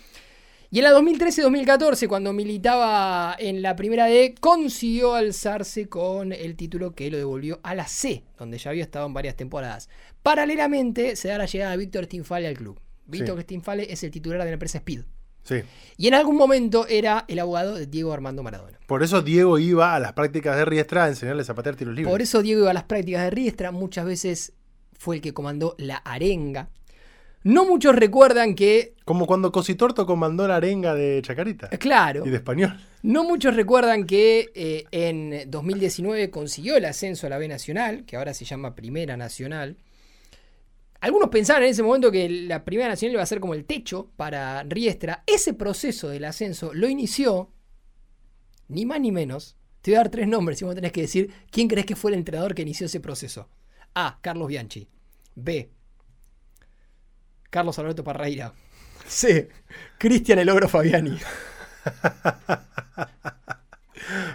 S2: Y en la 2013-2014, cuando militaba en la primera D, consiguió alzarse con el título que lo devolvió a la C, donde ya había estado en varias temporadas. Paralelamente, se da la llegada de Víctor Stinfale al club. Víctor Stinfale es el titular de la empresa Speed.
S1: sí.
S2: Y en algún momento era el abogado de Diego Armando Maradona.
S1: Por eso Diego iba a las prácticas de Riestra a enseñarles a patear tiros libres.
S2: Por eso Diego iba a las prácticas de Riestra, muchas veces fue el que comandó la arenga. No muchos recuerdan que,
S1: Como cuando Cositorto comandó la arenga de Chacarita
S2: claro,
S1: y de español.
S2: no muchos recuerdan que eh, en 2019 consiguió el ascenso a la B Nacional, que ahora se llama Primera Nacional. Algunos pensaban en ese momento que la Primera Nacional iba a ser como el techo para Riestra. Ese proceso del ascenso lo inició, ni más ni menos. Te voy a dar tres nombres y vos tenés que decir quién crees que fue el entrenador que inició ese proceso. A. Carlos Bianchi. B. Carlos Alberto Parreira. C. Cristian El Ogro Fabiani.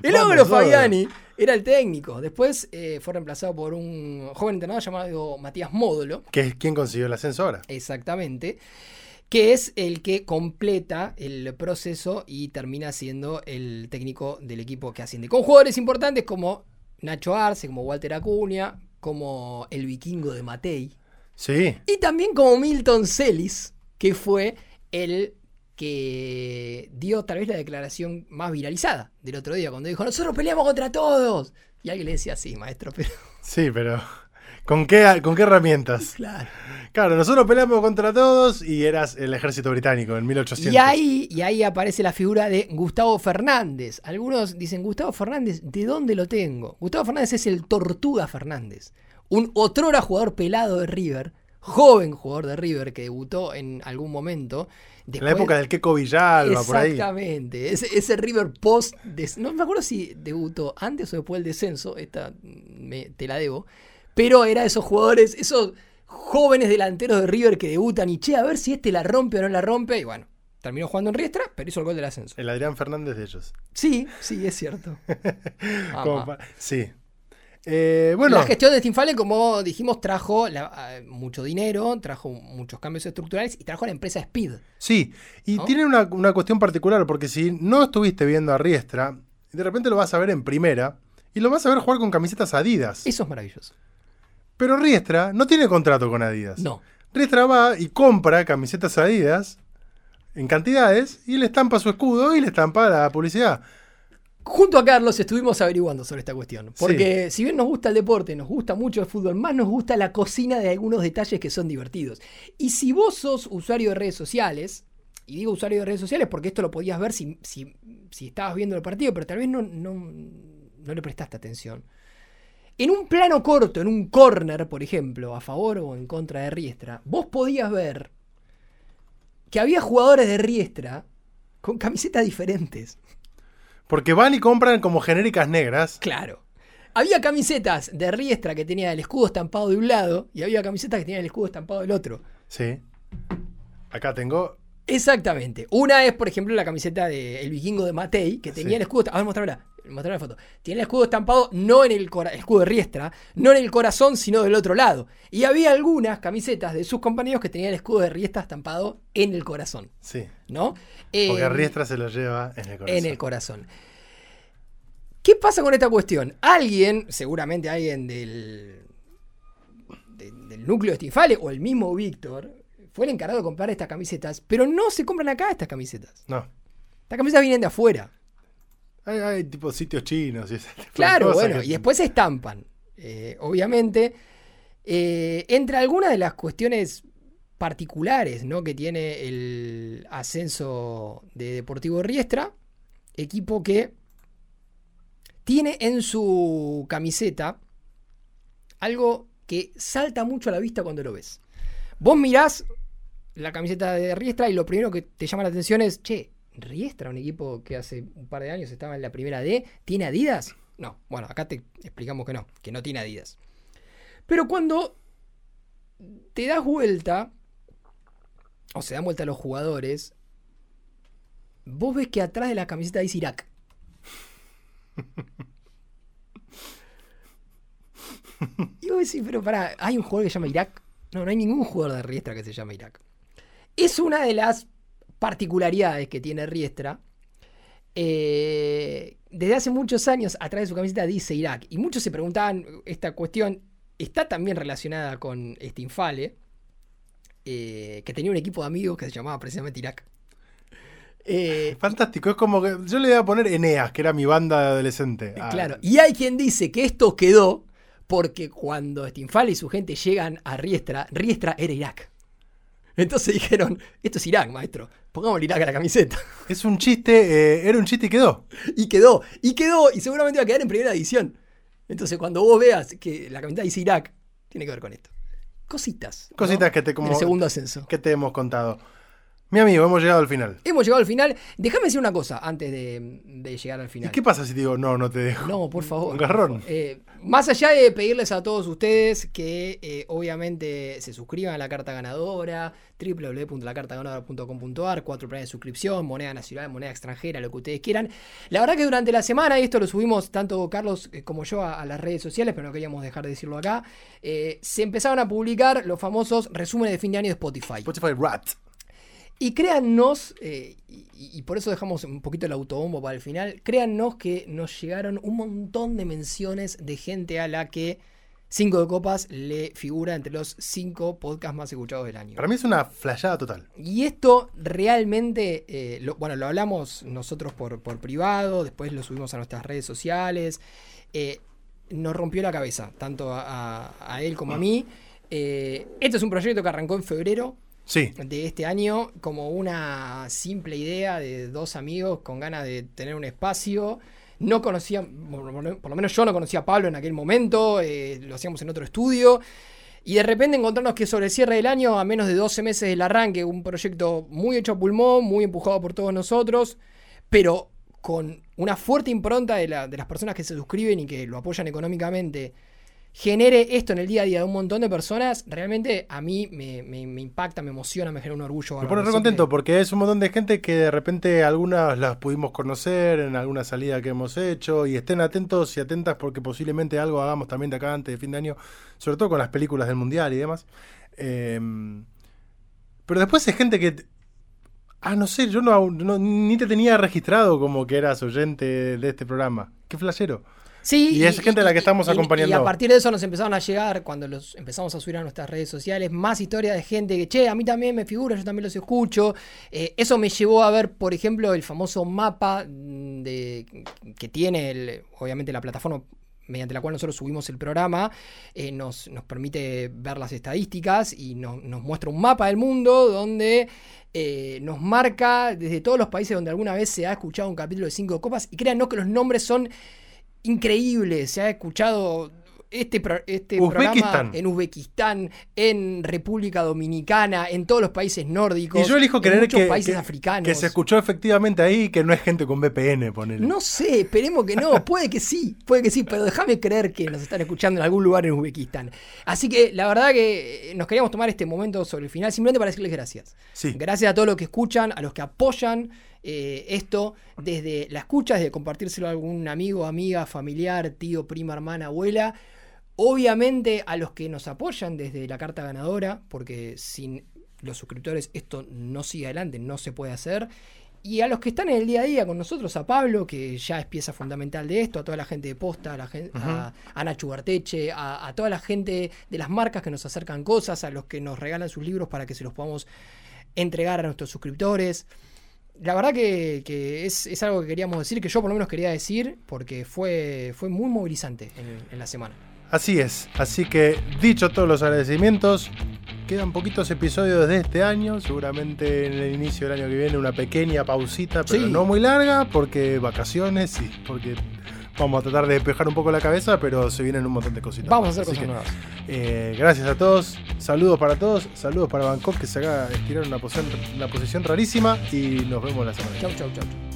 S2: el
S1: Vamos,
S2: Ogro
S1: Ogro.
S2: Fabiani era el técnico. Después eh, fue reemplazado por un joven entrenador llamado Matías Módolo.
S1: Que es quien consiguió el ascenso ahora.
S2: Exactamente. Que es el que completa el proceso y termina siendo el técnico del equipo que asciende. Con jugadores importantes como Nacho Arce, como Walter Acuña, como el vikingo de Matei.
S1: Sí.
S2: Y también como Milton Celis, que fue el que dio tal vez la declaración más viralizada del otro día, cuando dijo, nosotros peleamos contra todos. Y alguien le decía, sí, maestro, pero
S1: Sí, pero. ¿Con qué, ¿Con qué herramientas?
S2: claro.
S1: Claro, nosotros peleamos contra todos y eras el ejército británico en 1800.
S2: Y ahí, y ahí aparece la figura de Gustavo Fernández. Algunos dicen, Gustavo Fernández, ¿de dónde lo tengo? Gustavo Fernández es el Tortuga Fernández, un otrora jugador pelado de River, joven jugador de River que debutó en algún momento.
S1: en la época del Keco Villalba, por ahí.
S2: Exactamente, ese, ese River post, des- no me acuerdo si debutó antes o después del descenso, esta me- te la debo, pero era esos jugadores, esos jóvenes delanteros de River que debutan y che, a ver si este la rompe o no la rompe, y bueno, terminó jugando en Riestra, pero hizo el gol del ascenso.
S1: El Adrián Fernández de ellos.
S2: Sí, sí, es cierto. Ama.
S1: Como pa- sí. Eh, bueno,
S2: La gestión de Stinfale, como dijimos, trajo la- eh, mucho dinero, trajo muchos cambios estructurales y trajo a la empresa Speed.
S1: sí. Y
S2: ¿No?
S1: tienen una, una cuestión particular, porque si no estuviste viendo a Riestra, de repente lo vas a ver en primera y lo vas a ver jugar con camisetas Adidas.
S2: Eso es maravilloso.
S1: Pero Riestra no tiene contrato con Adidas.
S2: No.
S1: Riestra va y compra camisetas Adidas en cantidades y le estampa su escudo y le estampa la publicidad.
S2: Junto a Carlos estuvimos averiguando sobre esta cuestión, porque si bien nos gusta el deporte, nos gusta mucho el fútbol, más nos gusta la cocina de algunos detalles que son divertidos. Y si vos sos usuario de redes sociales, y digo usuario de redes sociales porque esto lo podías ver si, si- si estabas viendo el partido, pero tal vez no, no, no le prestaste atención. En un plano corto, en un corner, por ejemplo, a favor o en contra de Riestra, vos podías ver que había jugadores de Riestra con camisetas diferentes.
S1: Porque van y compran como genéricas negras.
S2: Claro. Había camisetas de Riestra que tenía el escudo estampado de un lado y había camisetas que tenían el escudo estampado del otro.
S1: Sí. Acá tengo.
S2: Exactamente. Una es, por ejemplo, la camiseta de El Vikingo de Matei, que tenía
S1: Sí.
S2: el escudo. A ver, mostrámela. Mostrame la foto. Tiene el escudo estampado no en el cora- el escudo de Riestra, no en el corazón, sino del otro lado. Y había algunas camisetas de sus compañeros que tenían el escudo de Riestra estampado en el corazón,
S1: Sí.
S2: ¿no?
S1: Porque
S2: Eh,
S1: Riestra se lo lleva en el corazón.
S2: en el corazón. ¿Qué pasa con esta cuestión? Alguien, seguramente alguien del, de- del núcleo de Stinfale o el mismo Víctor, fue el encargado de comprar estas camisetas, pero no se compran acá estas camisetas.
S1: No.
S2: Estas camisetas vienen de afuera.
S1: Hay, hay tipo sitios chinos y ese tipo de
S2: Claro,
S1: cosas
S2: bueno,
S1: que-
S2: y después se estampan, eh, obviamente. Eh, entre algunas de las cuestiones particulares ¿no? que tiene el ascenso de Deportivo Riestra, equipo que tiene en su camiseta algo que salta mucho a la vista cuando lo ves. Vos mirás la camiseta de Riestra y lo primero que te llama la atención es, che, Riestra, un equipo que hace un par de años estaba en la primera D, ¿tiene Adidas? No, bueno, acá te explicamos que no, que no tiene Adidas. Pero cuando te das vuelta, o se dan vuelta los jugadores, vos ves que atrás de la camiseta dice Irak. Y vos decís, pero pará, ¿hay un jugador que se llama Irak? No, no hay ningún jugador de Riestra que se llame Irak. Es una de las particularidades que tiene Riestra. Eh, desde hace muchos años, atrás de su camiseta dice Irak. Y muchos se preguntaban, esta cuestión está también relacionada con este infale, eh, que tenía un equipo de amigos que se llamaba precisamente Irak. Eh,
S1: Fantástico, es como que yo le iba a poner Eneas, que era mi banda de adolescente. Ah,
S2: Claro, y hay quien dice que esto quedó porque cuando Stinfal y su gente llegan a Riestra, Riestra era Irak. Entonces dijeron, esto es Irak, maestro, pongamos Irak a la camiseta.
S1: Es un chiste, eh, era un chiste y quedó.
S2: Y quedó, y quedó, y seguramente va a quedar en primera edición. Entonces cuando vos veas que la camiseta dice Irak, tiene que ver con esto. Cositas. ¿no?
S1: Cositas que te como
S2: Del segundo ascenso.
S1: que te hemos contado. Mi amigo, hemos llegado al final.
S2: Hemos llegado al final. Déjame decir una cosa antes de, de llegar al
S1: ¿Y
S2: final.
S1: qué pasa si te digo no, no te dejo?
S2: No, por favor.
S1: Un garrón.
S2: Eh, más allá de pedirles a todos ustedes que eh, obviamente se suscriban a la carta ganadora, www.lacartaganadora.com.ar, cuatro planes de suscripción, moneda nacional, moneda extranjera, lo que ustedes quieran. La verdad que durante la semana, y esto lo subimos tanto Carlos eh, como yo a, a las redes sociales, pero no queríamos dejar de decirlo acá, eh, se empezaron a publicar los famosos resúmenes de fin de año de Spotify.
S1: Spotify Rat.
S2: Y créannos, eh, y, y por eso dejamos un poquito el autobombo para el final, créannos que nos llegaron un montón de menciones de gente a la que Cinco de Copas le figura entre los cinco podcasts más escuchados del año.
S1: Para mí es una flayada total.
S2: Y esto realmente, eh, lo- bueno, lo hablamos nosotros por, por privado, después lo subimos a nuestras redes sociales. eh, nos rompió la cabeza, tanto a, a- a él como a mí. Eh, este es un proyecto que arrancó en febrero,
S1: Sí.
S2: de este año como una simple idea de dos amigos con ganas de tener un espacio. No conocía, por por- por lo menos yo no conocía a Pablo en aquel momento, eh, lo hacíamos en otro estudio. Y de repente encontrarnos que sobre el cierre del año, a menos de 12 meses del arranque, un proyecto muy hecho a pulmón, muy empujado por todos nosotros, pero con una fuerte impronta de, la- de las personas que se suscriben y que lo apoyan económicamente genere esto en el día a día de un montón de personas, realmente a mí me, me- me impacta, me emociona, me genera un orgullo.
S1: Me
S2: bárbaro.
S1: pone re
S2: Así
S1: contento
S2: que-
S1: porque es un montón de gente que de repente algunas las pudimos conocer en alguna salida que hemos hecho y estén atentos y atentas porque posiblemente algo hagamos también de acá antes de fin de año, sobre todo con las películas del mundial y demás. Eh, pero después es gente que... Ah, no sé, yo no, no- ni te tenía registrado como que eras oyente de este programa. Qué flashero.
S2: Sí,
S1: Y es gente a la que estamos
S2: y-
S1: acompañando.
S2: Y a partir de eso nos empezaron a llegar, cuando los empezamos a subir a nuestras redes sociales, más historias de gente que, che, a mí también me figura, yo también los escucho. Eh, eso me llevó a ver, por ejemplo, el famoso mapa mm, de, que tiene, el- obviamente, la plataforma mediante la cual nosotros subimos el programa, eh, nos, nos permite ver las estadísticas y nos- nos muestra un mapa del mundo donde eh, nos marca desde todos los países donde alguna vez se ha escuchado un capítulo de Cinco Copas y créanos que los nombres son increíble. Se ha escuchado este, pro- este programa
S1: Uzbekistán.
S2: en Uzbekistán, en República Dominicana, en todos los países nórdicos.
S1: Y yo elijo
S2: en
S1: creer
S2: muchos
S1: que,
S2: países
S1: que-
S2: africanos.
S1: que se escuchó efectivamente ahí y que no es gente con VPN, ponele.
S2: No sé, esperemos que no, puede que sí, puede que sí, pero déjame creer que nos están escuchando en algún lugar en Uzbekistán. Así que la verdad que eh, nos queríamos tomar este momento sobre el final simplemente para decirles gracias.
S1: Sí.
S2: Gracias a todos los que escuchan, a los que apoyan eh, esto desde la escucha, desde compartírselo a algún amigo, amiga, familiar, tío, prima, hermana, abuela. Obviamente a los que nos apoyan desde la carta ganadora, porque sin los suscriptores esto no sigue adelante, no se puede hacer. Y a los que están en el día a día con nosotros, a Pablo, que ya es pieza fundamental de esto, a toda la gente de Posta, a, la gen- a, a Nacho Garteche, a, a toda la gente de las marcas que nos acercan cosas, a los que nos regalan sus libros para que se los podamos entregar a nuestros suscriptores. la verdad que, que es, es algo que queríamos decir, que yo por lo menos quería decir, porque fue, fue muy movilizante en, en la semana.
S1: Así es, así que dicho todos los agradecimientos, quedan poquitos episodios de este año, seguramente en el inicio del año que viene una pequeña pausita, pero
S2: Sí.
S1: no muy larga, porque vacaciones y porque vamos a tratar de despejar un poco la cabeza, pero se vienen un montón de cositas.
S2: Vamos a
S1: más,
S2: hacer
S1: así
S2: cosas
S1: que,
S2: nuevas.
S1: eh, gracias a todos, saludos para todos, saludos para Bangkok que se haga estirar una posición, una posición rarísima y nos vemos la semana que viene.
S2: Chau, chau, chau. chau.